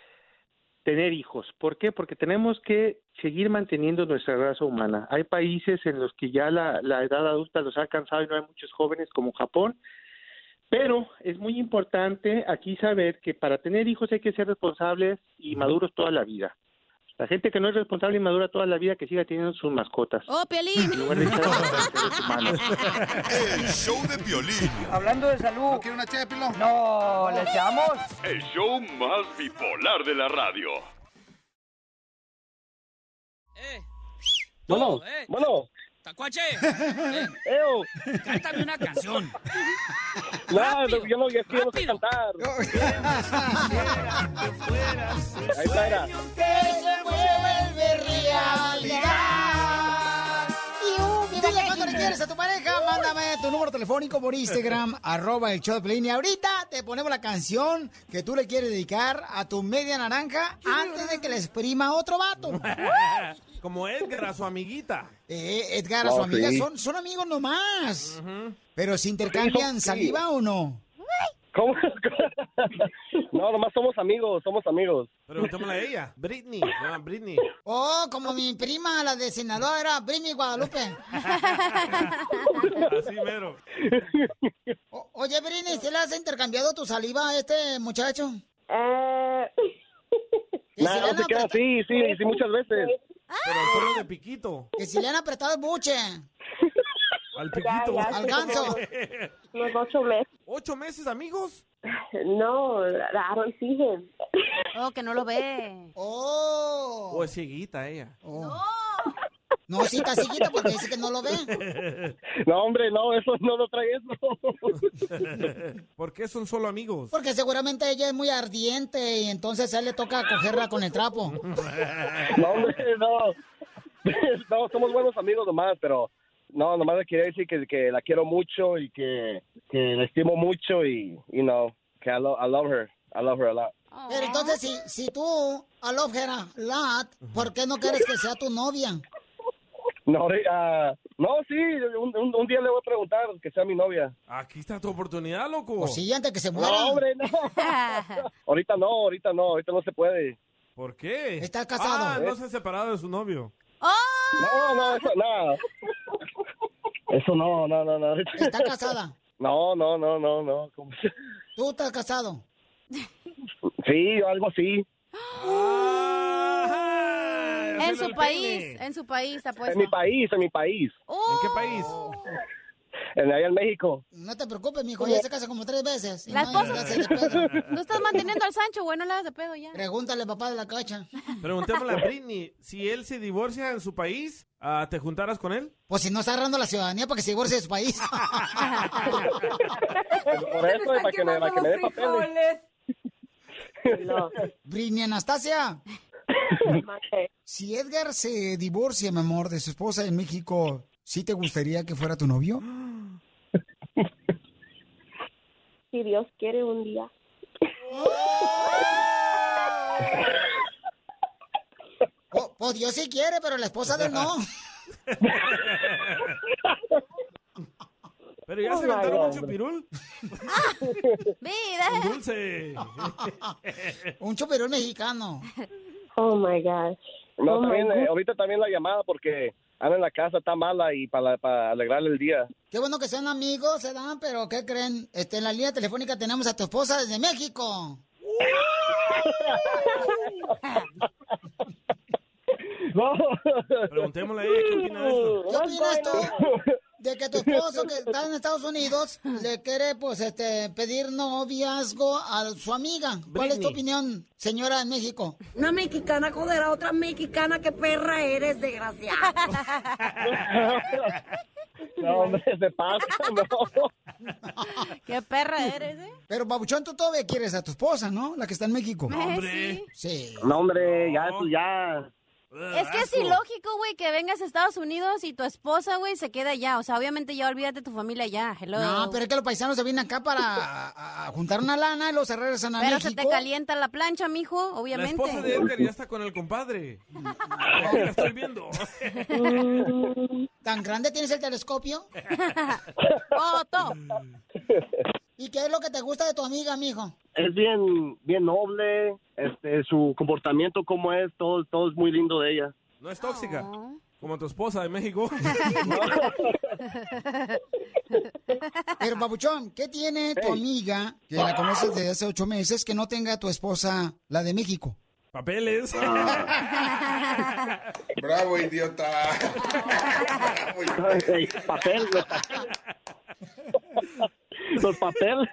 S22: tener hijos. ¿Por qué? Porque tenemos que seguir manteniendo nuestra raza humana. Hay países en los que ya la, la edad adulta los ha alcanzado y no hay muchos jóvenes como Japón, pero es muy importante aquí saber que para tener hijos hay que ser responsables y maduros toda la vida. La gente que no es responsable y madura toda la vida que siga teniendo sus mascotas.
S3: ¡Oh, Piolín!
S22: En lugar de estar seres humanos.
S23: El show de Piolín.
S17: Hablando de salud. ¿No una No, ¿le echamos?
S12: El show más bipolar de la radio.
S17: Bueno, eh, bueno.
S11: ¡Tacuache!
S17: *laughs* ¡Eo!
S11: ¡Cántame una canción!
S17: No, no, yo no, yo quiero cantar. Ahí está, era.
S13: Que se vuelve realidad.
S1: Dile cuánto le quieres a tu pareja, mándame tu número telefónico por
S3: *laughs*
S1: Instagram, arroba el show de Pelín. Y ahorita te ponemos la canción que tú le quieres dedicar a tu media naranja antes de que le exprima otro vato.
S2: *laughs* Como Edgar a su amiguita.
S1: Eh, Edgar, a su
S2: Oh,
S1: amiga,
S2: sí.
S1: son, son amigos nomás. Pero si intercambian
S17: Sí, son
S1: saliva o no.
S17: ¿Cómo? No, nomás somos amigos, somos amigos.
S2: Preguntémosle a ella. Britney. se llama Britney.
S1: Oh, como mi prima, la de Sinaloa, era Britney Guadalupe.
S2: *laughs* Así mero.
S1: O- oye, Britney, ¿se le has intercambiado tu saliva a este muchacho? Que
S17: Nah,
S1: si le
S17: no
S1: han
S17: se queda
S1: apretado-
S17: así, sí, sí, muchas veces.
S2: Pero solo de piquito.
S1: Que si le han apretado el buche.
S2: Al
S1: Ya,
S2: piquito.
S1: ya, Al
S2: *laughs*
S1: ganso.
S2: Los
S14: ocho meses.
S2: ¿Ocho meses, amigos?
S14: No, I don't see him.
S3: Oh, que no lo ve.
S1: Oh.
S2: ¿O es cieguita ella?
S1: No, sí está siguiendo porque dice que no lo ve.
S17: *laughs* No, hombre, no, eso no lo trae eso.
S2: *laughs* ¿Por qué son solo amigos?
S1: Porque seguramente ella es muy ardiente y entonces a él le toca cogerla con el
S2: *laughs*
S1: trapo.
S17: No, hombre, no. *laughs* No, somos buenos amigos nomás, pero no, nomás le quería decir que, que la quiero mucho y que, que la estimo mucho y, you know, que I, lo- I love her. I love her a lot.
S1: Pero entonces, si, si tú, I love her a lot, ¿por qué no quieres que sea tu novia?
S17: No, re- ah, no sí, un, un- un día le voy a preguntar que sea mi novia.
S2: Aquí está tu oportunidad, loco.
S1: Pues sí, antes que se
S17: muera. No, hombre,
S3: *laughs*
S17: no. Ahorita no, ahorita no, ahorita no se puede.
S2: ¿Por qué?
S17: Está casado.
S2: Ah, no se ha separado de su novio.
S17: No,
S3: ¡Oh!
S17: no, eso no. Eso no, no, no, no.
S1: Está casada.
S17: No, no, no, no, no. ¿Cómo?
S1: Tú estás casado.
S17: Sí, algo así.
S2: Ah,
S3: En su país, en su país, ¡Oh!
S17: En
S3: apuesto.
S17: mi país, en mi país.
S3: ¿En
S2: qué país?
S17: En allá
S3: *laughs*
S17: en México.
S1: No te preocupes, mijo, ya se casa como tres veces. y
S3: La
S1: no,
S3: esposa-
S1: ya se despega.
S3: No estás manteniendo al Sancho, güey, no le hagas de pedo ya.
S1: Pregúntale, papá de la cacha.
S2: Preguntémosle a Britney, si él se divorcia en su país, ah, ¿te juntarás con él?
S1: Pues si no está agarrando la ciudadanía para que se divorcie de su país.
S17: *laughs* Por eso, eh, para que me, para que me dé papeles.
S1: Britney Anastasia. Si Edgar se divorcia, mi amor, de su esposa en México, ¿Sí te gustaría que fuera tu novio?
S14: Si Dios quiere un día.
S1: Po- pues Dios sí quiere, pero la esposa de él *laughs* no.
S2: Pero ya se
S1: Ay,
S2: aventaron un
S1: hombre.
S2: chupirul.
S3: ¡Vida!
S2: Dulce.
S1: *laughs* Un chuperón mexicano.
S14: Oh my gosh.
S1: *laughs*
S22: No,
S14: Oh,
S22: también,
S14: my
S22: eh,
S14: God.
S22: ahorita también la llamada porque anda en la casa, está mala y para, para alegrarle el día.
S1: Qué bueno que sean amigos, se dan, pero ¿qué creen? Este, en la línea telefónica tenemos a tu esposa desde México.
S22: No.
S2: Preguntémosle a ella qué opina de esto.
S1: ¿Qué opinas tú de que tu esposo que está en Estados Unidos le quiere, pues, este, pedir noviazgo a su amiga? ¿Cuál es tu
S7: Britney.
S1: opinión, señora en México?
S7: Una mexicana codera, otra mexicana, qué perra
S1: *laughs*
S7: eres, desgraciado.
S22: No, hombre, se pasa, no.
S1: ¿Qué perra eres, eh? Pero, babuchón, tú todavía quieres a tu esposa, ¿no? La que está en México.
S3: No, hombre.
S1: Eh, Sí.
S22: No, hombre, ya,
S17: pues
S22: tú ya.
S3: Es que es ilógico, güey, que vengas a Estados Unidos y tu esposa, güey, se queda allá. O sea, obviamente ya olvídate de tu familia allá. Hello.
S1: No, pero es que los paisanos se vienen acá para a- a juntar una lana y los se regresan a
S3: Pero
S1: México.
S3: se te calienta la plancha, mijo,
S2: La
S3: obviamente.
S2: esposa de Edgar ya está con el compadre. Ahora la estoy viendo.
S1: *laughs* ¿Tan grande tienes el *laughs* telescopio?
S3: ¡Foto!
S1: ¿Y qué es lo que te gusta de tu amiga, mijo?
S22: Es bien, bien noble, este, su comportamiento como es, todo, todo es muy lindo de ella.
S2: No es tóxica. Como tu esposa de México.
S1: Pero, Papuchón, ¿qué tiene tu amiga, que la conoces desde hace ocho meses, que no tenga tu esposa, la de México?
S2: Papeles.
S9: Ah. Bravo, idiota.
S22: papel, los papeles. Los papeles.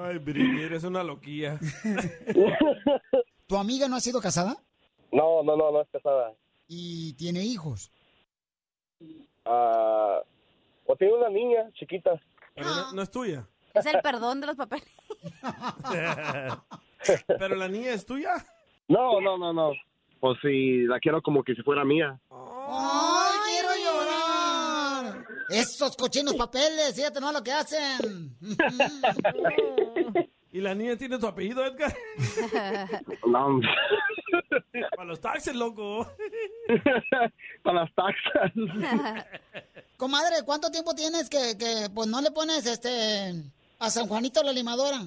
S2: Ay, Britney, eres una loquilla.
S1: ¿Tu amiga no ha sido casada
S22: No, no, no, no es pesada.
S1: y tiene hijos?
S22: Ah, o tiene una niña chiquita.
S2: Pero no, no es
S22: *laughs*
S2: tuya.
S3: Es el perdón de los *laughs* papeles.
S2: Pero la niña es tuya.
S22: No, no, no, no. Pues si la quiero como que si fuera mía.
S1: ¡Ay, quiero llorar! Esos cochinos papeles, fíjate no lo
S3: *laughs*
S1: que hacen.
S2: ¿Y la niña tiene tu apellido,
S22: *laughs*
S2: Edgar?
S22: No, *laughs* hombre.
S2: Para los taxis, loco.
S22: Para las taxas.
S1: Comadre, ¿cuánto tiempo tienes que, que, pues no le pones este a San Juanito la limadora?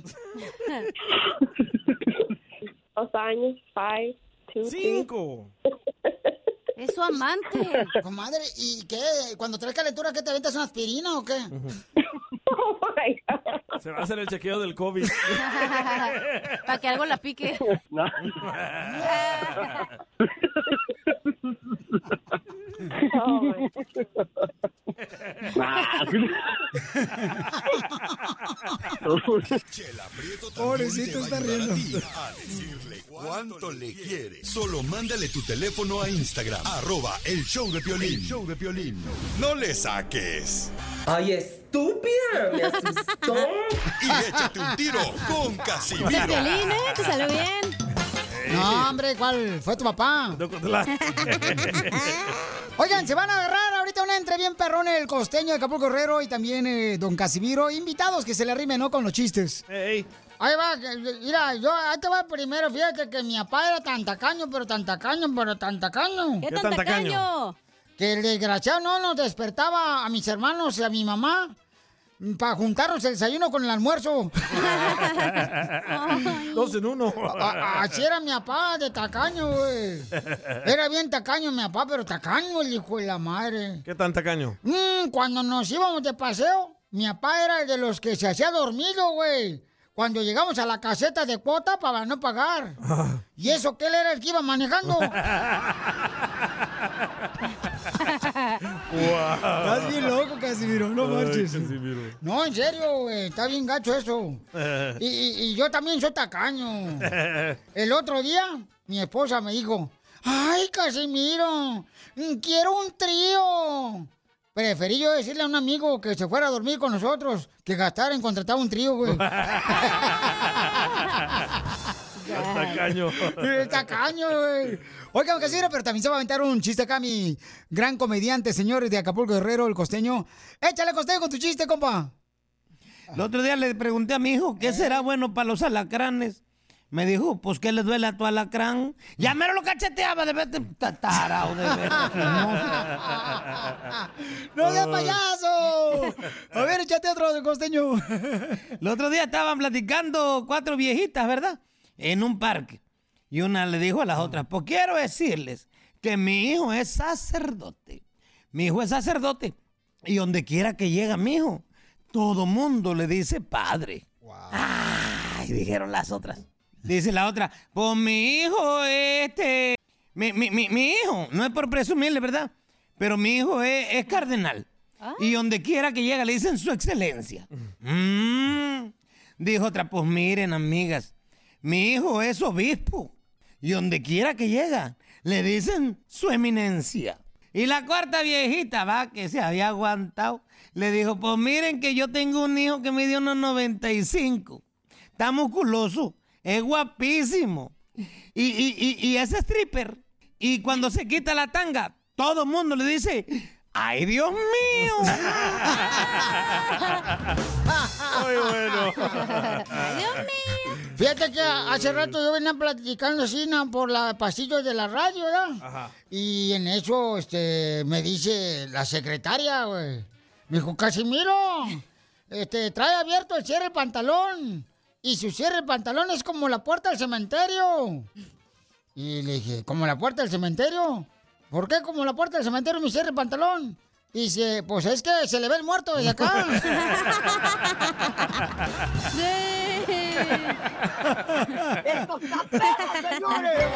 S14: Dos años, five, two, three.
S2: Cinco.
S3: Es su amante.
S1: Comadre, ¿y qué? ¿Cuando traes calentura qué te aventas una aspirina o qué?
S2: Se va a hacer el chequeo del COVID.
S3: Para que algo la pique.
S2: *laughs*
S22: No.
S6: Chela Prieto Pobrecito Pobrecito está está riendo. *laughs* A decirle cuánto le quiere. Solo mándale tu teléfono a Instagram. Arroba el show de Piolín. show de Piolín. No le saques.
S13: Ay, estúpida, me asustó.
S6: *laughs* Y échate un tiro con Casimiro.
S3: De Piolín, ¿eh? Te salió bien.
S1: No, hombre, ¿cuál fue tu papá? *laughs* Oigan, se van a agarrar ahorita una entre bien perrón el costeño de Capul Guerrero y también eh, don Casimiro. Invitados que se le rimen, ¿no? Con los chistes. Ahí va, que- mira, yo, ahí te va primero, fíjate que mi papá era tan tacaño, pero tan tacaño, pero tan tacaño.
S3: ¿Qué ¿Qué tan tan tacaño? tacaño?
S1: Que el desgraciado no nos despertaba a mis hermanos y a mi mamá para juntarnos el desayuno con el
S3: *laughs*
S1: almuerzo.
S2: Dos en uno.
S1: A- Así era mi papá de tacaño, güey. Era bien tacaño mi papá, pero tacaño el hijo de la madre.
S2: *laughs* ¿Qué tan tacaño?
S1: Mm, cuando nos íbamos de paseo, mi papá era el de los que se hacía dormido, güey. Cuando llegamos a la caseta de cuota para no pagar. Y eso que él era el que iba *laughs* manejando.
S2: Estás
S1: bien loco, Casimiro, no marches. No, en serio, güey, está bien gacho eso. Y, y- y yo también soy *laughs* tacaño. El otro día, mi esposa me dijo, ay, Casimiro, mm, quiero un trío. Preferí yo decirle a un amigo que se fuera a dormir con nosotros que gastar en contratar un trío, güey.
S2: El tacaño.
S1: El tacaño, güey. Oigan, Casera, pero también se va a aventar un chiste acá mi gran comediante, señores, de Acapulco Guerrero, el costeño. Échale, costeño, con tu chiste, compa.
S9: El otro día le pregunté a mi hijo,
S1: Eh.
S9: ¿qué será bueno para los alacranes? Me dijo, pues ¿qué le duele a tu alacrán? Ya mero lo cacheteaba de vez en- ta- tarao, de vez.
S1: *laughs* *laughs* ¡No seas
S9: *laughs*
S1: payaso! A ver, échate otro del costeño. *laughs*
S9: El otro día estaban platicando cuatro viejitas, ¿verdad? En un parque. Y una le dijo a
S1: Ah.
S9: las otras, pues quiero decirles que mi hijo es sacerdote. Mi hijo es sacerdote. Y donde quiera que llega mi hijo, todo mundo le dice padre. Ah. Ay, dijeron las otras. Dice la otra, pues mi hijo este, mi, mi- mi- mi hijo, no es por presumirle, ¿verdad? Pero mi hijo es, es cardenal. Y donde quiera que llega le dicen su excelencia. Mm. Dijo otra, pues miren amigas, mi hijo es obispo. Y donde quiera que llega le dicen su eminencia. Y la cuarta viejita, va, que se había aguantado, le dijo, pues miren que yo tengo un hijo que mide unos 95. Está musculoso, es guapísimo. Y, y, y, y es stripper. Y cuando se quita la tanga, todo el mundo le dice, ¡ay, Dios mío!
S1: Muy bueno. Fíjate que hace rato yo venía platicando así ¿no? por la pasillos de la radio, ¿verdad?
S13: Ajá.
S1: Y en eso este, me dice la secretaria, güey. Me dijo, Casimiro, este, trae abierto el cierre del pantalón. Y su cierre del pantalón es como la puerta del cementerio. Y le dije, ¿como la puerta del cementerio? ¿Por qué como la puerta del cementerio me cierre el pantalón? Dice, pues es que se le ve el muerto desde acá.
S13: ¡Esto está feo, señores!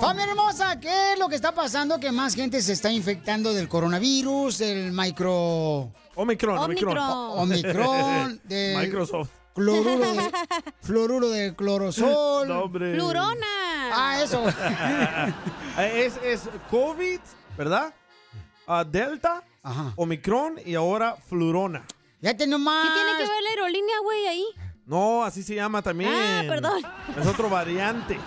S1: Familia hermosa, ¿qué es lo que está pasando? Que más gente se está infectando del coronavirus, del micro...
S2: Omicron, Omicron.
S1: O-
S2: *laughs*
S1: Omicron, del
S2: Microsoft.
S1: Cloruro de, fluoruro de clorosol.
S2: No, hombre.
S3: Flurona.
S1: Ah, eso.
S2: *laughs* es, es COVID, ¿verdad? Ah, Delta, Omicron y ahora Flurona.
S1: Ya te nomás.
S3: ¿Qué tiene que ver la aerolínea, güey, ahí?
S2: No, así se llama también.
S3: Ah, perdón.
S2: Es
S3: *laughs*
S2: otro variante.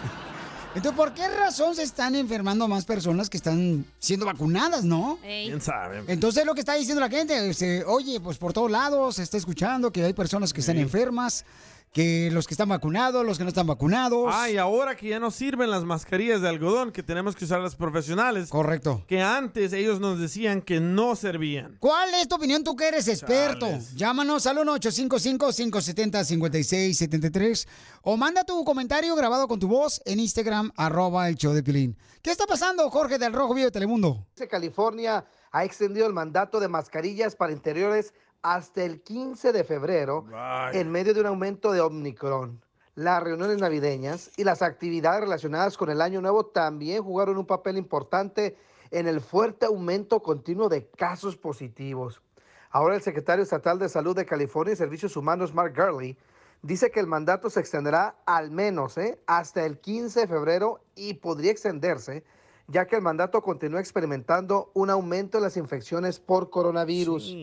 S1: Entonces, ¿por qué razón se están enfermando más personas que están siendo vacunadas,
S3: Eh,
S1: no?
S2: ¿Quién sabe?
S1: Entonces lo que está diciendo la gente, este, oye, pues por todos lados se está escuchando que hay personas que están enfermas, que los que están vacunados, los que no están vacunados.
S2: Ah, y ahora que ya no sirven las mascarillas de algodón que tenemos que usar las profesionales.
S1: Correcto.
S2: Que antes ellos nos decían que no servían.
S1: ¿Cuál es tu opinión? Tú que eres experto. Llámanos al 1-855-570-5673 o manda tu comentario grabado con tu voz en Instagram, arroba el show de Pilín. ¿Qué está pasando, Jorge del Rojo Vivo de Telemundo?
S4: Dice California ha extendido el mandato de mascarillas para interiores hasta el 15 de febrero en medio de un aumento de Omicron. Las reuniones navideñas y las actividades relacionadas con el Año Nuevo también jugaron un papel importante en el fuerte aumento continuo de casos positivos. Ahora el secretario estatal de Salud de California y Servicios Humanos, Mark Gurley, dice que el mandato se extenderá al menos ¿eh? hasta el 15 de febrero y podría extenderse, ya que el mandato continúa experimentando un aumento en las infecciones por coronavirus.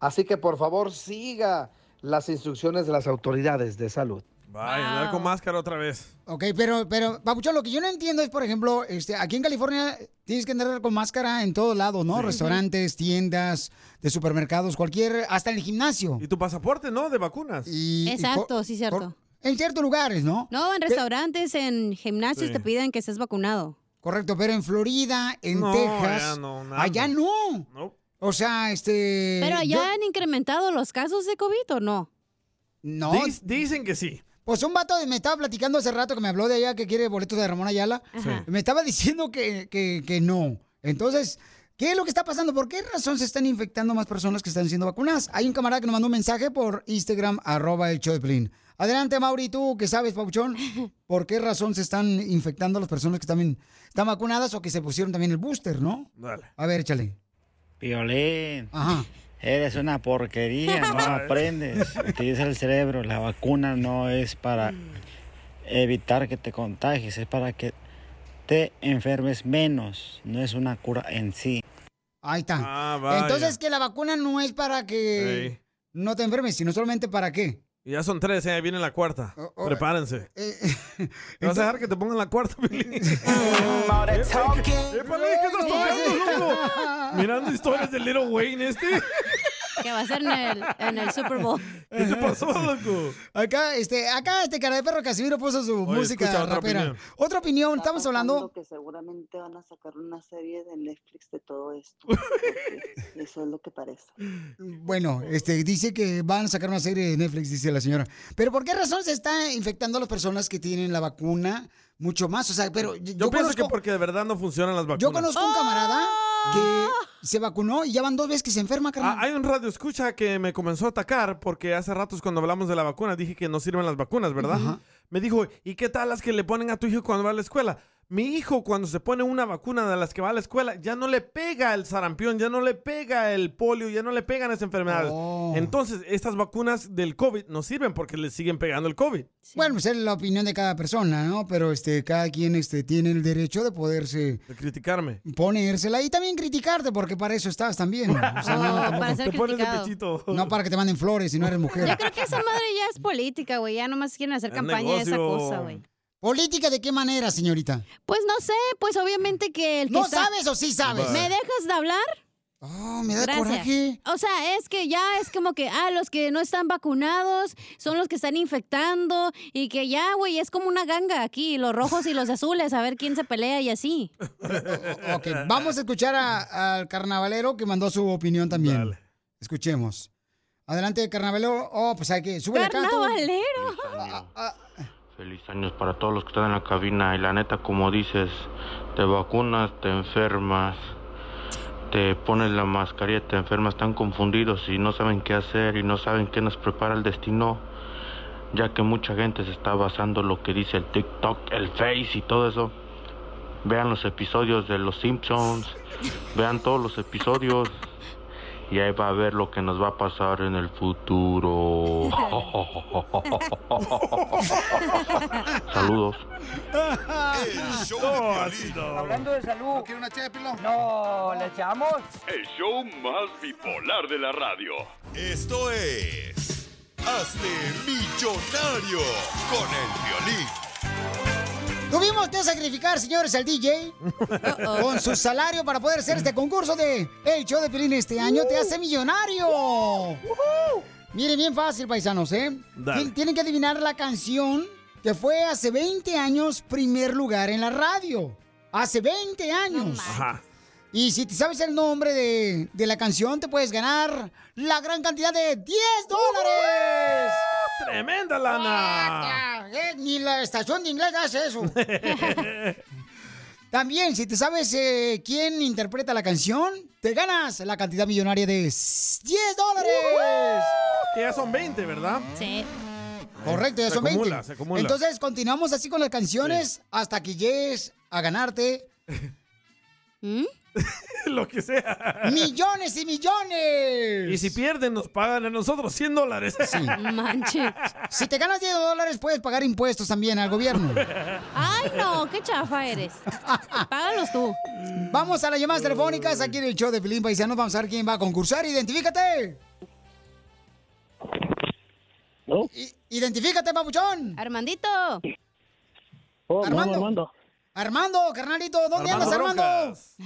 S4: Así que por favor siga las instrucciones de las autoridades de salud.
S2: Vaya, andar con máscara otra vez.
S1: Ok, pero, pero, Papuchón, lo que yo no entiendo es, por ejemplo, este, aquí en California tienes que andar con máscara en todos lados, ¿no?
S2: Sí.
S1: Restaurantes, tiendas, de supermercados, cualquier, hasta en el gimnasio.
S2: Y tu pasaporte, ¿no? De vacunas.
S1: Y- y
S3: Exacto,
S1: co-
S3: sí, cierto.
S1: En ciertos lugares, ¿no?
S3: No, en restaurantes, en gimnasios
S1: Sí.
S3: te piden que estés vacunado.
S1: Correcto, pero en Florida, en
S3: No,
S1: Texas.
S3: allá no, nada.
S1: allá no. O sea, este.
S3: ¿Pero allá
S1: yo-
S3: han incrementado los casos de COVID o
S1: *laughs*
S3: no?
S1: no.
S2: Dic- dicen que sí.
S1: Pues un vato de- me estaba platicando hace rato que me habló de allá que quiere boletos de Ramón Ayala.
S2: Ajá.
S1: Me estaba diciendo que, que- que no. Entonces, ¿qué es lo que está pasando? ¿Por qué razón se están infectando más personas que están siendo vacunadas? Hay un camarada que nos mandó un mensaje por Instagram, arroba el show de Piolín. Adelante, Mauri, tú que sabes, Pauchón, ¿por qué razón se están infectando las personas que también están vacunadas o que se pusieron también el booster, no?
S2: Dale.
S1: A ver, échale.
S24: Piolín.
S1: Ajá.
S24: Eres una porquería,
S8: *laughs*
S1: *laughs*
S24: no aprendes. Utiliza el cerebro. La vacuna no es para evitar que te contagies, es para que te enfermes menos. No es una cura en sí.
S1: Ahí está.
S2: Ah, vaya.
S1: Entonces que la vacuna no es para que no te enfermes, sino solamente para qué.
S2: Y ya son tres, ¿eh? ahí viene la cuarta.
S1: oh, eh,
S2: Prepárense. ¿Te vas a dejar que te pongan
S1: *laughs*
S2: la cuarta, Piolín? Mirando historias de Little
S1: *laughs*
S2: Wayne este.
S3: Que va a ser en el, en el Super Bowl.
S2: ¿Qué te pasó, loco?
S1: Acá, este, acá este cara de perro Casimiro puso su
S2: Oye,
S1: música
S2: escucha otra
S1: otra rapera.
S2: opinión.
S1: Otra opinión, estamos hablando.
S25: Que seguramente van a sacar una serie de Netflix de
S1: *laughs*
S25: todo esto. porque Eso es lo que parece.
S1: Bueno, este, dice que van a sacar una serie de Netflix, dice la señora. Pero ¿por qué razón se está infectando a las personas que tienen la vacuna mucho más? O sea, pero yo,
S2: Yo, pienso
S1: conozco,
S2: que porque de verdad no funcionan las vacunas.
S1: yo conozco un camarada
S3: ¡Ah!
S1: que se vacunó y ya van dos veces que se enferma, carnal.
S2: Ah, hay un radio escucha que me comenzó a atacar porque hace ratos cuando hablamos de la vacuna dije que no sirven las vacunas, ¿verdad? Me dijo, ¿y qué tal las que le ponen a tu hijo cuando va a la escuela? Mi hijo cuando se pone una vacuna de las que va a la escuela ya no le pega el sarampión, ya no le pega el polio, ya no le pegan esas enfermedades.
S1: Oh.
S2: Entonces, estas vacunas del COVID no sirven porque le siguen pegando el COVID.
S1: Bueno, pues es la opinión de cada persona, ¿no? Pero este, cada quien este, tiene el derecho de poderse
S2: De criticarme.
S1: ponérsela y también criticarte, porque para eso estás también. O sea,
S3: Oh, *laughs*
S1: tampoco-
S3: para ser Te pones de criticado. pechito.
S1: No para que te manden flores si no eres mujer.
S3: Yo creo *laughs*
S1: *laughs*
S3: que esa madre ya es política, güey. Ya nomás quieren hacer
S1: Es
S3: campaña de esa
S1: negocio.
S3: cosa, güey.
S1: ¿Política de qué manera, señorita?
S3: Pues no sé, pues obviamente que el que
S1: ¿No
S3: está-
S1: sabes o sí sabes?
S3: ¿Me dejas de hablar?
S1: Oh, me da
S3: Gracias.
S1: coraje.
S3: O sea, es que ya es como que, ah, los que no están vacunados son los que están infectando y que ya, güey, es como una ganga aquí, los rojos y los azules, a ver quién se pelea y así.
S1: Ok, vamos a escuchar a- al carnavalero que mandó su opinión también. Escuchemos. Adelante, carnavalero. Oh, pues hay que sube acá. tú.
S3: Carnavalero.
S1: Ah, ah,
S16: Feliz años para todos los que están en la cabina. Y la neta, como dices, te vacunas, te enfermas, te pones la mascarilla, te enfermas, están confundidos y no saben qué hacer y no saben qué nos prepara el destino. Ya que mucha gente se está basando en lo que dice el TikTok, el Face y todo eso. Vean los episodios de Los Simpsons, vean todos los episodios y ahí va a ver lo que nos va a pasar en el futuro. *laughs* Saludos.
S11: Hablando de salud. ¿Quiere una No, ¿le echamos?
S12: El show más bipolar de la radio.
S6: Esto es. pues. Hazte millonario con el violín.
S1: Tuvimos que sacrificar, señores, al DJ con su salario para poder hacer este concurso de El Show de Pelín este año. ¡Te hace millonario! Miren, bien fácil, paisanos, ¿eh?
S2: Dale.
S1: Tien- Tienen que adivinar la canción que fue hace 20 años primer lugar en la radio. Hace 20 años.
S2: Ajá.
S1: Y si te sabes el nombre de, de la canción, te puedes ganar la gran cantidad de 10 dólares.
S2: ¡Tremenda
S1: *laughs*
S2: lana! *laughs*
S1: Ah, eh, ni la estación de inglés hace eso. También, si te sabes eh, quién interpreta la canción, te ganas la cantidad millonaria de 10 dólares.
S2: ¡Uh! Que ya son 20, ¿verdad?
S3: Sí.
S1: Correcto, ya
S2: Ah. se
S1: son
S2: acumula,
S1: 20.
S2: Se acumula.
S1: Entonces, continuamos así con las canciones hasta que llegues a ganarte
S2: *laughs* lo que sea.
S1: millones y millones.
S2: Y si pierden, nos pagan a nosotros 100 dólares. *laughs*
S3: Manche.
S1: Si te ganas 10 dólares, puedes pagar impuestos también al gobierno.
S3: Ay, no, qué chafa eres. Págalos tú.
S1: Vamos a las llamadas telefónicas aquí en el show de Filín Paisanos. Vamos a ver quién va a concursar. ¡Identifícate! I- ¡Identifícate, papuchón!
S3: ¡Armandito!
S1: Armando.
S26: Armando.
S1: Armando, carnalito, ¿dónde
S26: Oh, Armando
S1: andas, Armando?
S26: Broncas.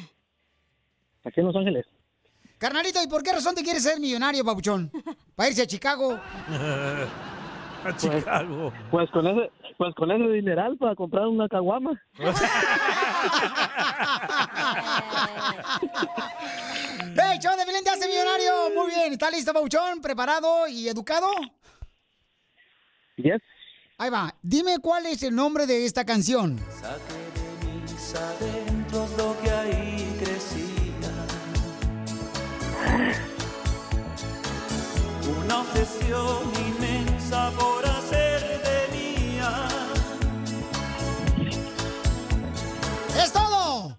S26: Aquí en Los Ángeles.
S1: Carnalito, ¿y por qué razón te quieres ser millonario, papuchón? Para irse a Chicago.
S2: *laughs* a Chicago.
S26: Pues con ese, pues con ese dineral para comprar una caguama.
S1: ¡Hey, show de Filín te hace millonario! Muy bien, ¿está listo, papuchón? ¿Preparado y educado?
S26: Yes.
S1: Ahí va. Dime cuál es el nombre de esta canción.
S13: Saque de mis adentros lo que ahí crecía. Una obsesión inmensa por hacer de mía.
S1: ¡Es todo!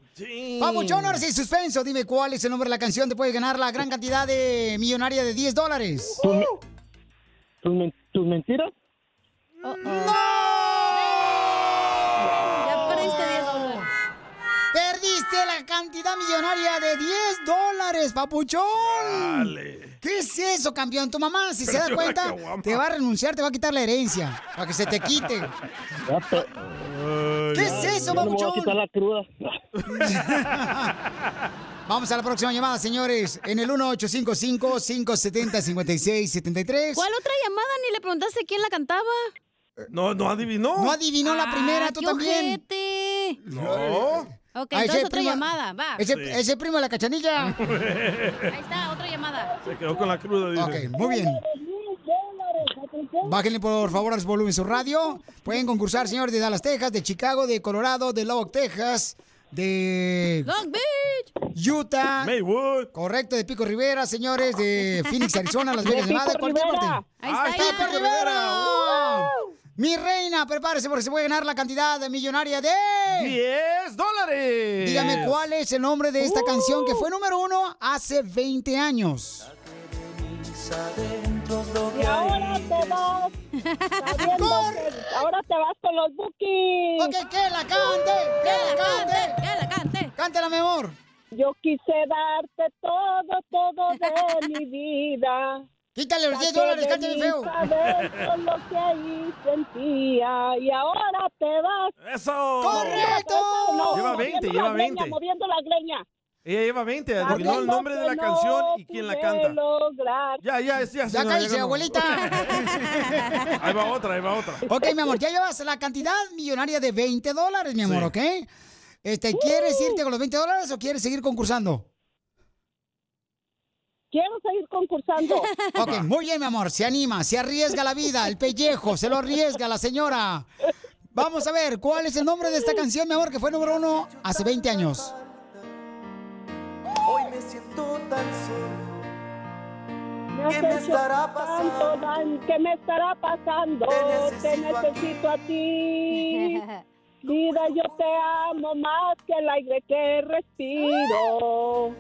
S1: Papuchón, ahora sí, suspenso. Dime cuál es el nombre de la canción. Te puedes ganar la gran cantidad de millonaria de 10 dólares.
S26: ¿Tus, men- tus mentiras?
S1: ¡No! Ya perdiste 10 dólares. ¡Perdiste ganaste la cantidad millonaria de 10 dólares, papuchón. ¿Qué es eso, campeón? Tu mamá, si se da
S13: Perdió la
S1: cuenta,
S13: caguama.
S1: te va a renunciar, te va a quitar la herencia para que se te quite. ¿Qué es eso,
S13: Ya no me voy a
S1: papuchón?
S13: quitar la
S1: cruda. *laughs* Vamos a la próxima llamada, señores. En el 1855-570-5673.
S3: ¿Cuál otra llamada? Ni le preguntaste quién la cantaba.
S2: No, no adivinó.
S1: No adivinó la primera, tú
S3: Ah, qué
S1: también.
S3: ojete.
S2: No.
S3: Ok,
S1: Ah,
S3: entonces
S1: ese
S3: otra
S1: primo-
S3: llamada, va.
S1: Ese, ese primo de la
S2: *laughs*
S1: cachanilla.
S3: Ahí está, otra llamada.
S2: Se quedó con la cruda, dice.
S1: Ok, muy bien. Bájenle por favor al volumen su radio. Pueden concursar, señores, de Dallas, Texas, de Chicago, de Colorado, de Lubbock, Texas, de
S3: Long
S1: Beach, Utah, Maywood, correcto, de Pico Rivera, señores, de Phoenix, Arizona, Las
S13: De
S1: Vegas, Nevada,
S13: Pico
S1: cualquier
S13: Rivera.
S1: parte.
S13: Ahí está ya.
S1: Pico Rivera. ¡Wow! Mi reina, prepárese porque se puede ganar la cantidad de millonaria de
S2: 10 dólares.
S1: Dígame cuál es el nombre de esta
S2: Uh.
S1: canción que fue número uno hace 20 años.
S14: Y ahora te vas. sabiendo que- Ahora te vas con los bookies.
S1: Ok, que la cante, que la cante,
S3: que la cante.
S1: Cántela, mi amor.
S14: Yo quise darte todo, todo
S1: *laughs*
S14: de mi vida.
S1: Quítale
S14: los
S1: 10 dólares, cántale feo.
S14: lo que ahí sentía y ahora te vas.
S2: ¡Eso!
S14: ¡Correcto!
S2: Lleva 20,
S14: moviendo
S2: lleva
S14: la greña,
S2: 20.
S14: Moviendo la greña.
S2: Ella lleva 20, adivinó el
S14: Sabiendo
S2: nombre de
S14: que
S2: la
S14: no
S2: canción y quién la
S14: pude
S2: canta.
S14: lograr.
S2: Ya, ya, ya.
S1: Ya
S2: señora,
S1: cállese, *laughs*
S2: ganó.
S1: abuelita.
S2: Ahí va otra, ahí va otra.
S1: *laughs* ok, mi amor, ya llevas la cantidad millonaria de 20 dólares, mi amor,
S2: Sí.
S1: ¿ok? Este, ¿Quieres
S14: Uh.
S1: irte con los 20 dólares o quieres seguir concursando?
S14: Quiero seguir concursando.
S1: *laughs* Ok, muy bien, mi amor, se anima, se arriesga la vida, el pellejo, se lo arriesga la señora. Vamos a ver, ¿cuál es el nombre de esta canción, mi amor, que fue número uno hace 20 años?
S13: Hoy me siento tan solo.
S14: Me has
S13: ¿Qué me
S14: hecho
S13: estará
S14: tanto daño, ¿Qué me estará pasando? Te necesito a ti. Vida, yo te amo más que el aire que respiro.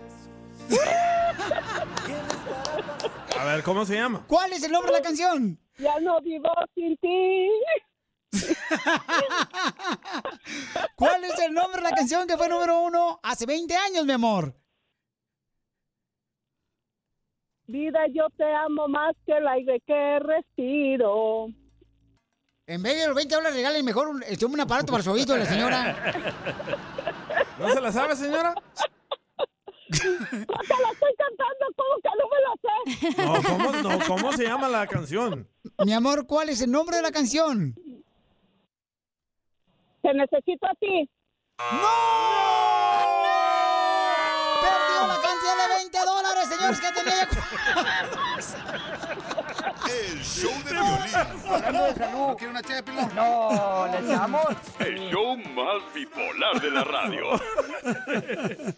S2: A ver, ¿cómo se llama?
S1: ¿Cuál es el nombre de la canción?
S14: Ya no vivo sin ti.
S1: *laughs* ¿Cuál es el nombre de la canción que fue número uno hace 20 años, mi amor?
S14: Vida, yo te amo más que el aire que respiro.
S1: En vez de los 20 dólares, regalen mejor un, este, un aparato para su oído, la señora.
S2: *laughs* ¿No se la sabe, señora?
S14: *laughs* ¡No te la estoy cantando! ¿Cómo que no me la sé?
S2: No, ¿cómo, no, ¿cómo se llama la canción?
S1: Mi amor, ¿cuál es el nombre de la canción?
S14: Te necesito a ti.
S1: Perdió la cantidad de 20 dólares, señores, que tenía
S6: El show de violín.
S11: Hablando de salud. ¿Quiere una ché, Pilón? No, le echamos.
S12: El show más bipolar de la radio.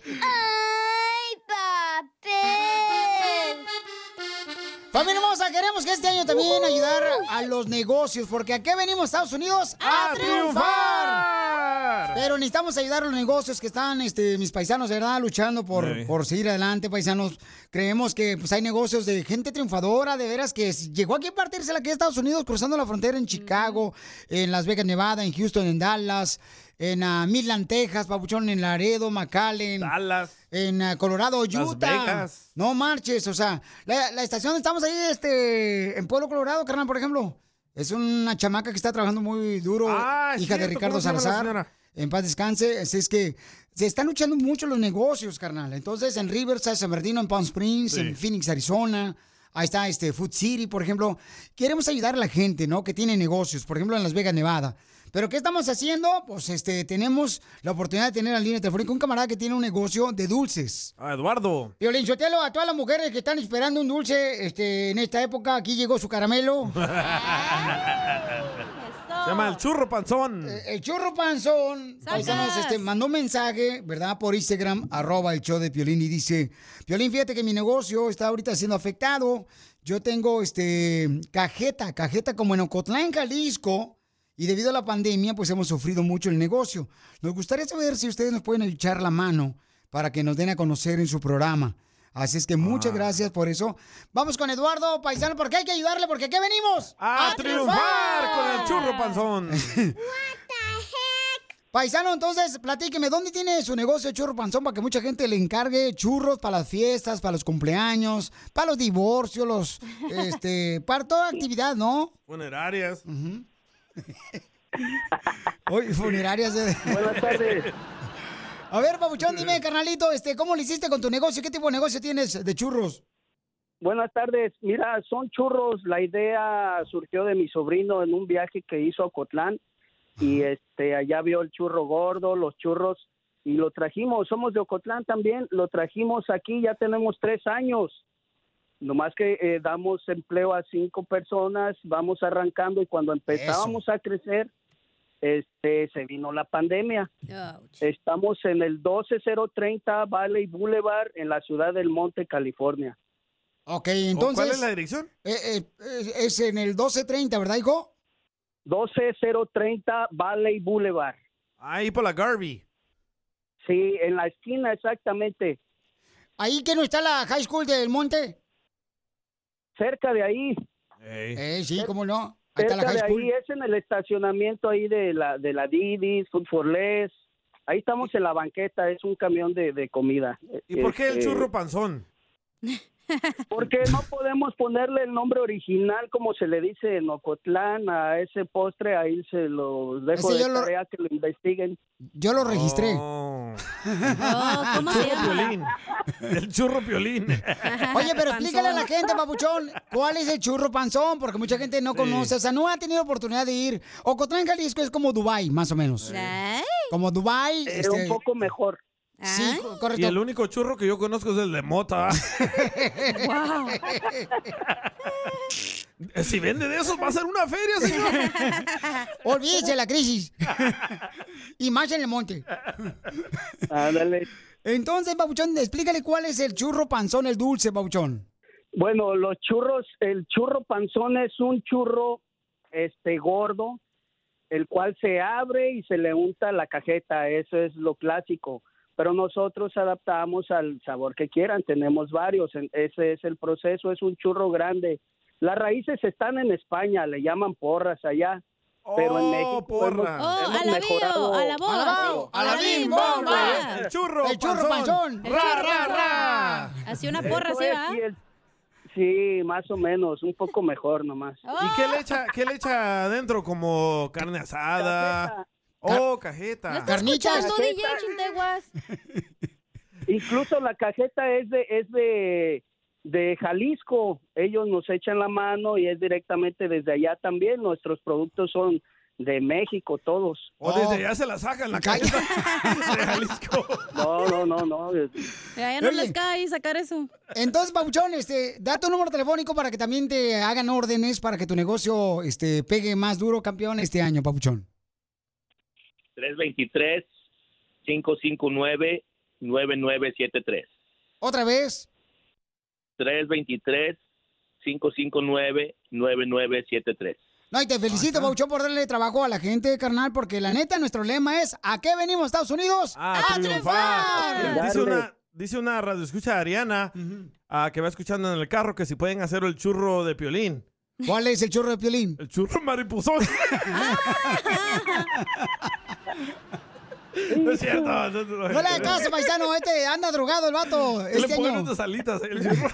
S1: ¡Ay, papel! Familia hermosa, queremos que este año también ayudar a los negocios, porque ¿a qué venimos Estados Unidos? ¡A, triunfar! Pero necesitamos ayudar a los negocios que están, este, mis paisanos, de verdad, luchando por,
S13: Sí.
S1: por seguir adelante, paisanos. Creemos que pues, hay negocios de gente triunfadora, de veras, que s- llegó aquí a partirse la que es Estados Unidos, cruzando la frontera en Chicago,
S2: Mm.
S1: en Las Vegas, Nevada, en Houston, en Dallas, en ah, Midland, Texas, Papuchón, en Laredo, McAllen. En ah, Colorado, Utah.
S2: Las Vegas.
S1: No marches, o sea, la, la estación donde estamos ahí, este, en Pueblo Colorado, carnal, por ejemplo, es una chamaca que está trabajando muy duro,
S2: Ah, es
S1: hija de
S2: cierto,
S1: Ricardo
S2: ¿cómo se llama la
S1: Salazar.
S2: señora?
S1: *laughs* En paz descanse, así es que se están luchando mucho los negocios, carnal. Entonces, en Riverside, San Bernardino, en Palm Springs,
S13: Sí.
S1: en Phoenix, Arizona. Ahí está este Food City, por ejemplo. Queremos ayudar a la gente, ¿no? Que tiene negocios, por ejemplo, en Las Vegas, Nevada. Pero ¿qué estamos haciendo? Pues este tenemos la oportunidad de tener en línea telefónica un camarada que tiene un negocio de dulces.
S2: Ah, Eduardo.
S1: Violín Sotelo, a todas las mujeres que están esperando un dulce este, en esta época, aquí llegó su caramelo.
S2: Se llama el churro panzón.
S1: Eh, El churro panzón, paisanos, este, mandó un mensaje, ¿verdad? Por Instagram, arroba el show de Piolín y dice, Piolín, fíjate que mi negocio está ahorita siendo afectado. Yo tengo este cajeta, cajeta como en Ocotlán, Jalisco. Y debido a la pandemia, pues hemos sufrido mucho el negocio. Nos gustaría saber si ustedes nos pueden echar la mano para que nos den a conocer en su programa. Así es que muchas gracias por eso. Vamos con Eduardo Paisano, porque hay que ayudarle, porque ¿qué venimos?
S2: A triunfar con el churro panzón.
S1: Paisano, entonces, platíqueme, ¿dónde tiene su negocio Churro Panzón para que mucha gente le encargue churros para las fiestas, para los cumpleaños, para los divorcios,
S2: *laughs*
S1: los, este, para toda actividad, ¿no?
S2: Funerarias.
S1: Hoy, funerarias. eh.
S2: *laughs* Buenas tardes.
S1: A ver, Pabuchón, dime, carnalito, este, ¿cómo le hiciste con tu negocio? ¿Qué tipo de negocio tienes de churros?
S26: Buenas tardes. Mira, son churros. La idea surgió de mi sobrino en un viaje que hizo a Ocotlán y este allá vio el churro gordo, los churros y lo trajimos. Somos de Ocotlán también. Lo trajimos aquí. Ya tenemos tres años. Nomás que eh, damos empleo a cinco personas, vamos arrancando y cuando empezábamos a crecer, este, se vino la pandemia. Estamos en el 12030 Valley Boulevard en la ciudad del Monte, California.
S1: Ok, entonces.
S26: cuál es la dirección?
S1: Eh, eh, eh, es en el 1230, ¿verdad, hijo?
S26: 12030 Valley Boulevard.
S2: Ahí por la Garvey.
S26: Sí, en la esquina exactamente.
S1: ¿Ahí que no está la High School del Monte?
S26: Cerca de ahí.
S1: Eh, sí, cómo no. Ahí está la
S26: Cerca
S1: High
S26: de
S1: School.
S26: ahí es en el estacionamiento ahí de la de la Didis, Food for Less. Ahí estamos en la banqueta, es un camión de, de comida.
S2: ¿Y por qué el
S26: Este,
S2: churro panzón?
S26: Porque no podemos ponerle el nombre original como se le dice en Ocotlán a ese postre, ahí se los dejo
S1: Ese
S26: de
S1: yo lo-
S26: tarea que lo investiguen.
S1: Yo lo registré. *laughs*
S26: ¿cómo se llama? *laughs*
S2: El churro piolín.
S1: Oye, pero
S2: Panzón.
S1: explícale a la gente, papuchón, ¿cuál es el churro panzón? Porque mucha gente no
S2: Sí.
S1: conoce, o sea, no ha tenido oportunidad de ir. Ocotlán, Jalisco es como Dubai, más o menos. Como este Dubai.
S26: Pero un poco mejor.
S1: Sí, co- correcto.
S2: ¿Ah? Y el único churro que yo conozco es el de mota. *laughs*
S1: *laughs*
S2: si vende de esos, va a ser una feria, señor.
S1: *laughs* Olvídese la crisis. y más en el monte.
S26: Ándale.
S1: Entonces, Papuchón, explícale cuál es el churro panzón, el dulce, Papuchón.
S26: Bueno, los churros, el churro panzón es un churro este gordo, el cual se abre y se le unta la cajeta, eso es lo clásico. Pero nosotros adaptamos al sabor que quieran, tenemos varios, en- ese es el proceso, es un churro grande. Las raíces están en España, le llaman porras allá, pero en
S2: Oh,
S26: México
S2: porra.
S26: hemos-
S2: Oh,
S26: hemos
S2: alabío,
S26: mejorado.
S2: alabó. Alabao, alabín, bomba. El churro
S26: El
S2: churro panzón.
S26: Ra, ra, ra.
S3: Así una porra,
S26: Eso
S3: ¿sí
S26: es,
S3: va?
S26: y el- Sí, más o menos, un poco mejor nomás.
S2: ¿Y qué le echa, qué le echa adentro? Como carne asada. Oh, cajeta.
S3: DJ Chinteguas?
S26: Incluso la cajeta es de es de de Jalisco. Ellos nos echan la mano y es directamente desde allá también. Nuestros productos son de México todos.
S13: Oh,
S2: O desde allá se la sacan la cajeta. de Jalisco.
S26: No, no, no, no.
S3: Ya Eh, no
S1: Oye.
S3: les cae sacar eso.
S1: Entonces, Papuchón, este, da tu número telefónico para que también te hagan órdenes para que tu negocio este, pegue más duro, campeón, este año, Papuchón.
S26: 323-559-9973.
S1: Otra vez.
S26: 323-559-9973.
S1: No, y te felicito, Papuchón, por darle trabajo a la gente, carnal, porque la neta, nuestro lema es ¿A qué venimos, Estados Unidos?
S2: a triunfar. Dice
S1: Darle.
S2: una, dice una radio escucha Ariana ah, que va escuchando en el carro que si pueden hacer el churro de piolín.
S1: ¿Cuál es el churro de piolín?
S2: El churro *laughs* maripuzón. no es cierto. No, *laughs* no,
S1: No le hagas caso, paisano, este anda drogado el vato.
S2: *laughs* Yo
S1: Este
S2: le ponen
S1: año.
S2: unas alitas. El churro.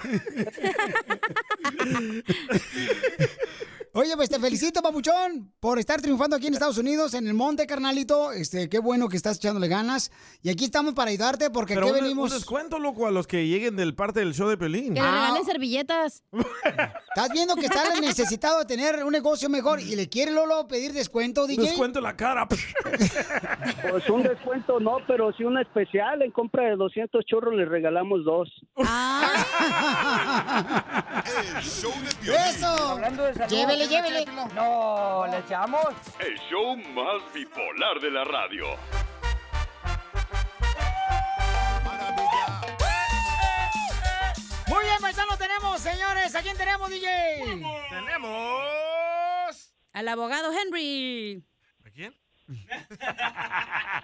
S1: Oye, pues te felicito, papuchón, por estar triunfando aquí en Estados Unidos, en el monte, carnalito. Este, qué bueno que estás echándole ganas. Y aquí estamos para ayudarte, porque
S2: Pero
S1: aquí
S2: un,
S1: venimos. Ah.
S2: un descuento, loco, a los que lleguen del parte del show de piolín.
S3: Que le regalen
S2: *laughs*
S3: servilletas.
S1: Estás viendo que estás necesitado de tener un negocio mejor y le quiere Lolo pedir descuento, DJ.
S2: Descuento en la cara.
S26: Pues un descuento no, pero sí un especial. En compra de 200 churros les regalamos dos.
S1: ¡Eso!
S11: Hablando de salud.
S12: Llévele,
S11: ¿quiere una
S12: llévele.
S11: chela, Pilón? No, ¿le echamos?
S12: El show más bipolar de la radio.
S1: Muy bien, paisano, tenemos, señores. ¿A quién tenemos, DJ?
S2: Tenemos.
S3: Al abogado Henry.
S2: ¿A quién?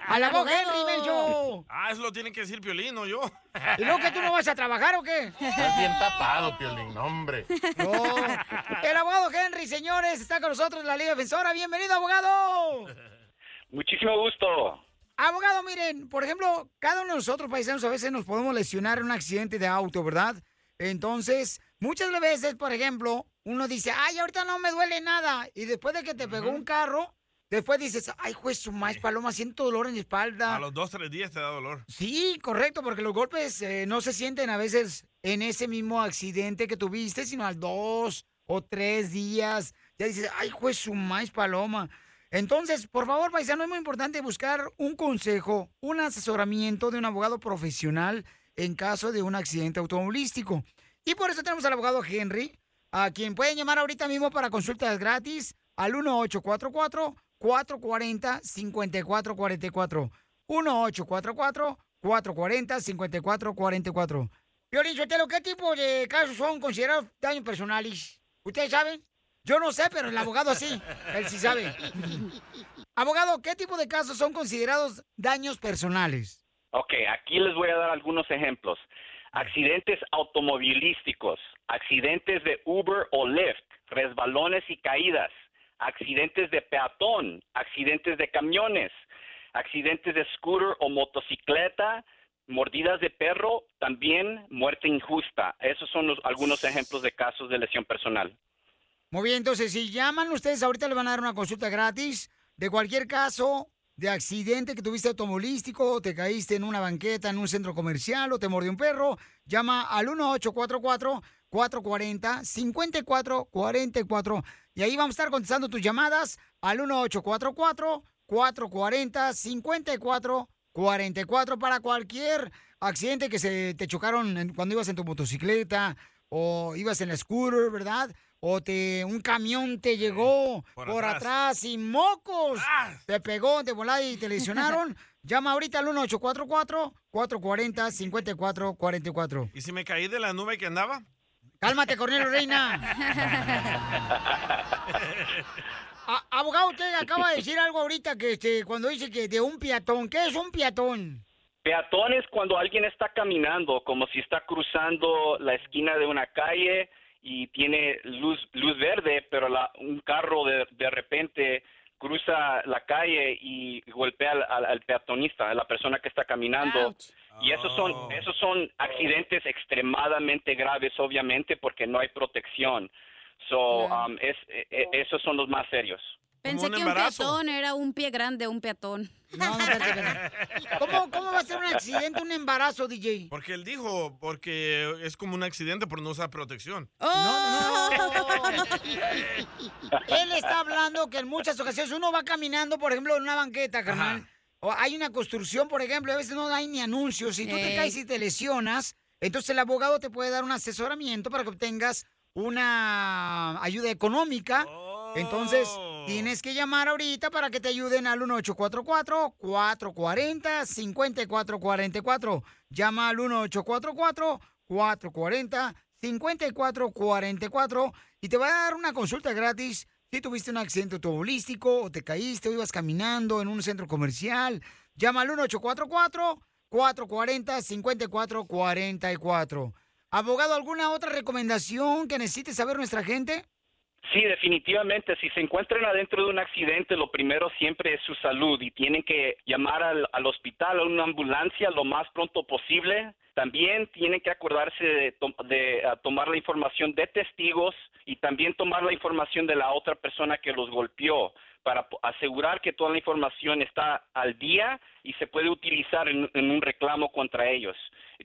S1: A la voz Henry, Melcho.
S2: Ah, eso lo tienen que decir Piolín, no yo.
S1: ¿Y luego que tú no vas a trabajar o qué?
S8: Estás bien tapado, Piolín, hombre.
S1: El abogado Henry, señores, está con nosotros en la Liga Defensora. Bienvenido, abogado.
S10: Muchísimo gusto.
S1: Abogado, miren, por ejemplo, cada uno de nosotros, paisanos, a veces nos podemos lesionar en un accidente de auto, ¿verdad? Entonces, muchas veces, por ejemplo, uno dice, ay, ahorita no me duele nada. Y después de que te pegó un carro, después dices, ay, juez, su más paloma, siento dolor en la espalda.
S2: A los dos, tres días te da dolor.
S1: Sí, correcto, porque los golpes eh, no se sienten a veces en ese mismo accidente que tuviste, sino al dos o tres días. Ya dices, ay, juez, su maíz paloma. Entonces, por favor, paisano, es muy importante buscar un consejo, un asesoramiento de un abogado profesional en caso de un accidente automovilístico. Y por eso tenemos al abogado Henry, a quien pueden llamar ahorita mismo para consultas gratis al 1844 440 5444 1844 440 5444 Violín Sotelo, ¿qué tipo de casos son considerados daños personales? ¿Ustedes saben? Yo no sé, pero el abogado sí. Él sí
S13: *laughs*
S1: sabe. abogado, ¿qué tipo de casos son considerados daños personales?
S27: Ok, aquí les voy a dar algunos ejemplos. Accidentes automovilísticos, accidentes de Uber o Lyft, resbalones y caídas, accidentes de peatón, accidentes de camiones, accidentes de scooter o motocicleta, mordidas de perro, también muerte injusta. Esos son los- algunos ejemplos de casos de lesión personal.
S1: Muy bien, entonces si llaman ustedes ahorita le van a dar una consulta gratis de cualquier caso de accidente que tuviste automovilístico, o te caíste en una banqueta, en un centro comercial o te mordió un perro, llama al 1844-440-5444 y ahí vamos a estar contestando tus llamadas al 1844-440-5444 para cualquier accidente que se te chocaron en- cuando ibas en tu motocicleta o ibas en la scooter, ¿verdad? O te, un camión te llegó por,
S10: por
S1: atrás.
S10: atrás.
S1: y mocos. Te pegó de volada y te lesionaron. Llama ahorita al 1844-440-5444.
S2: ¿Y si me caí de la nube que andaba?
S1: Cálmate, Cornelio
S2: *laughs*
S1: Reina. A- abogado, usted acaba de decir algo ahorita que este, cuando dice que de un peatón. ¿Qué es un peatón?
S27: Peatón es cuando alguien está caminando, como si está cruzando la esquina de una calle y tiene luz, luz verde, pero la- un carro de, de repente cruza la calle y golpea al, al- al peatonista, a la persona que está caminando. Y esos son,
S16: Oh.
S27: esos son accidentes extremadamente graves, obviamente, porque no hay protección. So, um, es- e- e- esos son los más serios.
S3: Pensé que un peatón era un pie grande, un peatón.
S1: No, no, ¿Cómo, ¿Cómo va a ser un accidente, un embarazo, DJ?
S2: Porque él dijo, porque es como un accidente por no usar protección.
S1: Él está hablando que en muchas ocasiones uno va caminando, por ejemplo, en una banqueta, carnal. O hay una construcción, por ejemplo, y a veces no hay ni anuncios. Si tú te
S10: Ey.
S1: caes y te lesionas, entonces el abogado te puede dar un asesoramiento para que obtengas una ayuda económica. Entonces, tienes que llamar ahorita para que te ayuden al 1844-440-5444. Llama al 1844-440-5444 y te va a dar una consulta gratis si tuviste un accidente automovilístico o te caíste o ibas caminando en un centro comercial. Llama al 1844-440-5444. Abogado, ¿alguna otra recomendación que necesite saber nuestra gente?
S27: Sí, definitivamente. Si se encuentran adentro de un accidente, lo primero siempre es su salud y tienen que llamar al, al hospital, a una ambulancia lo más pronto posible. También tienen que acordarse de, to- de, ah, tomar la información de testigos y también tomar la información de la otra persona que los golpeó para po- asegurar que toda la información está al día y se puede utilizar en, en un reclamo contra ellos.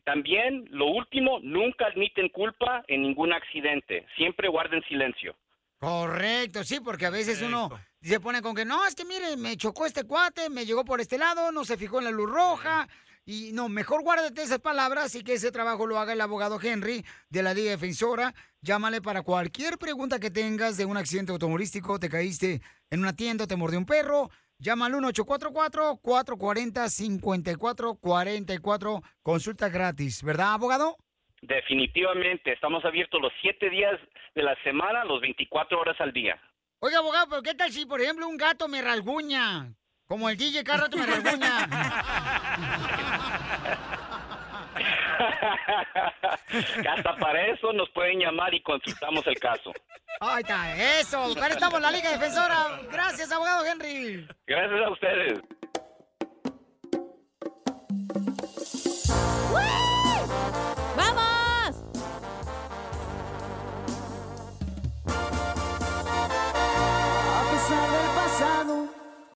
S27: También, lo último, nunca admiten culpa en ningún accidente. Siempre guarden silencio.
S1: Correcto, sí, porque a veces uno se pone con que no, es que mire, me chocó este cuate, me llegó por este lado, no se fijó en la luz roja. Y no, mejor guárdate esas palabras y que ese trabajo lo haga el abogado Henry de la Liga Defensora. Llámale para cualquier pregunta que tengas de un accidente automovilístico, te caíste en una tienda, te mordió un perro. Llama al 1844-440-5444. Consulta gratis, ¿verdad, abogado?
S27: Definitivamente, estamos abiertos los siete días de la semana, los 24 horas al día.
S1: Oiga, abogado, ¿pero qué tal si, por ejemplo, un gato me rasguña? Como el DJ cada rato me rasguña.
S27: Hasta para eso nos pueden llamar y consultamos el caso.
S1: Ahí está, eso. Para estamos en la Liga Defensora. Gracias, abogado Henry.
S27: Gracias a ustedes.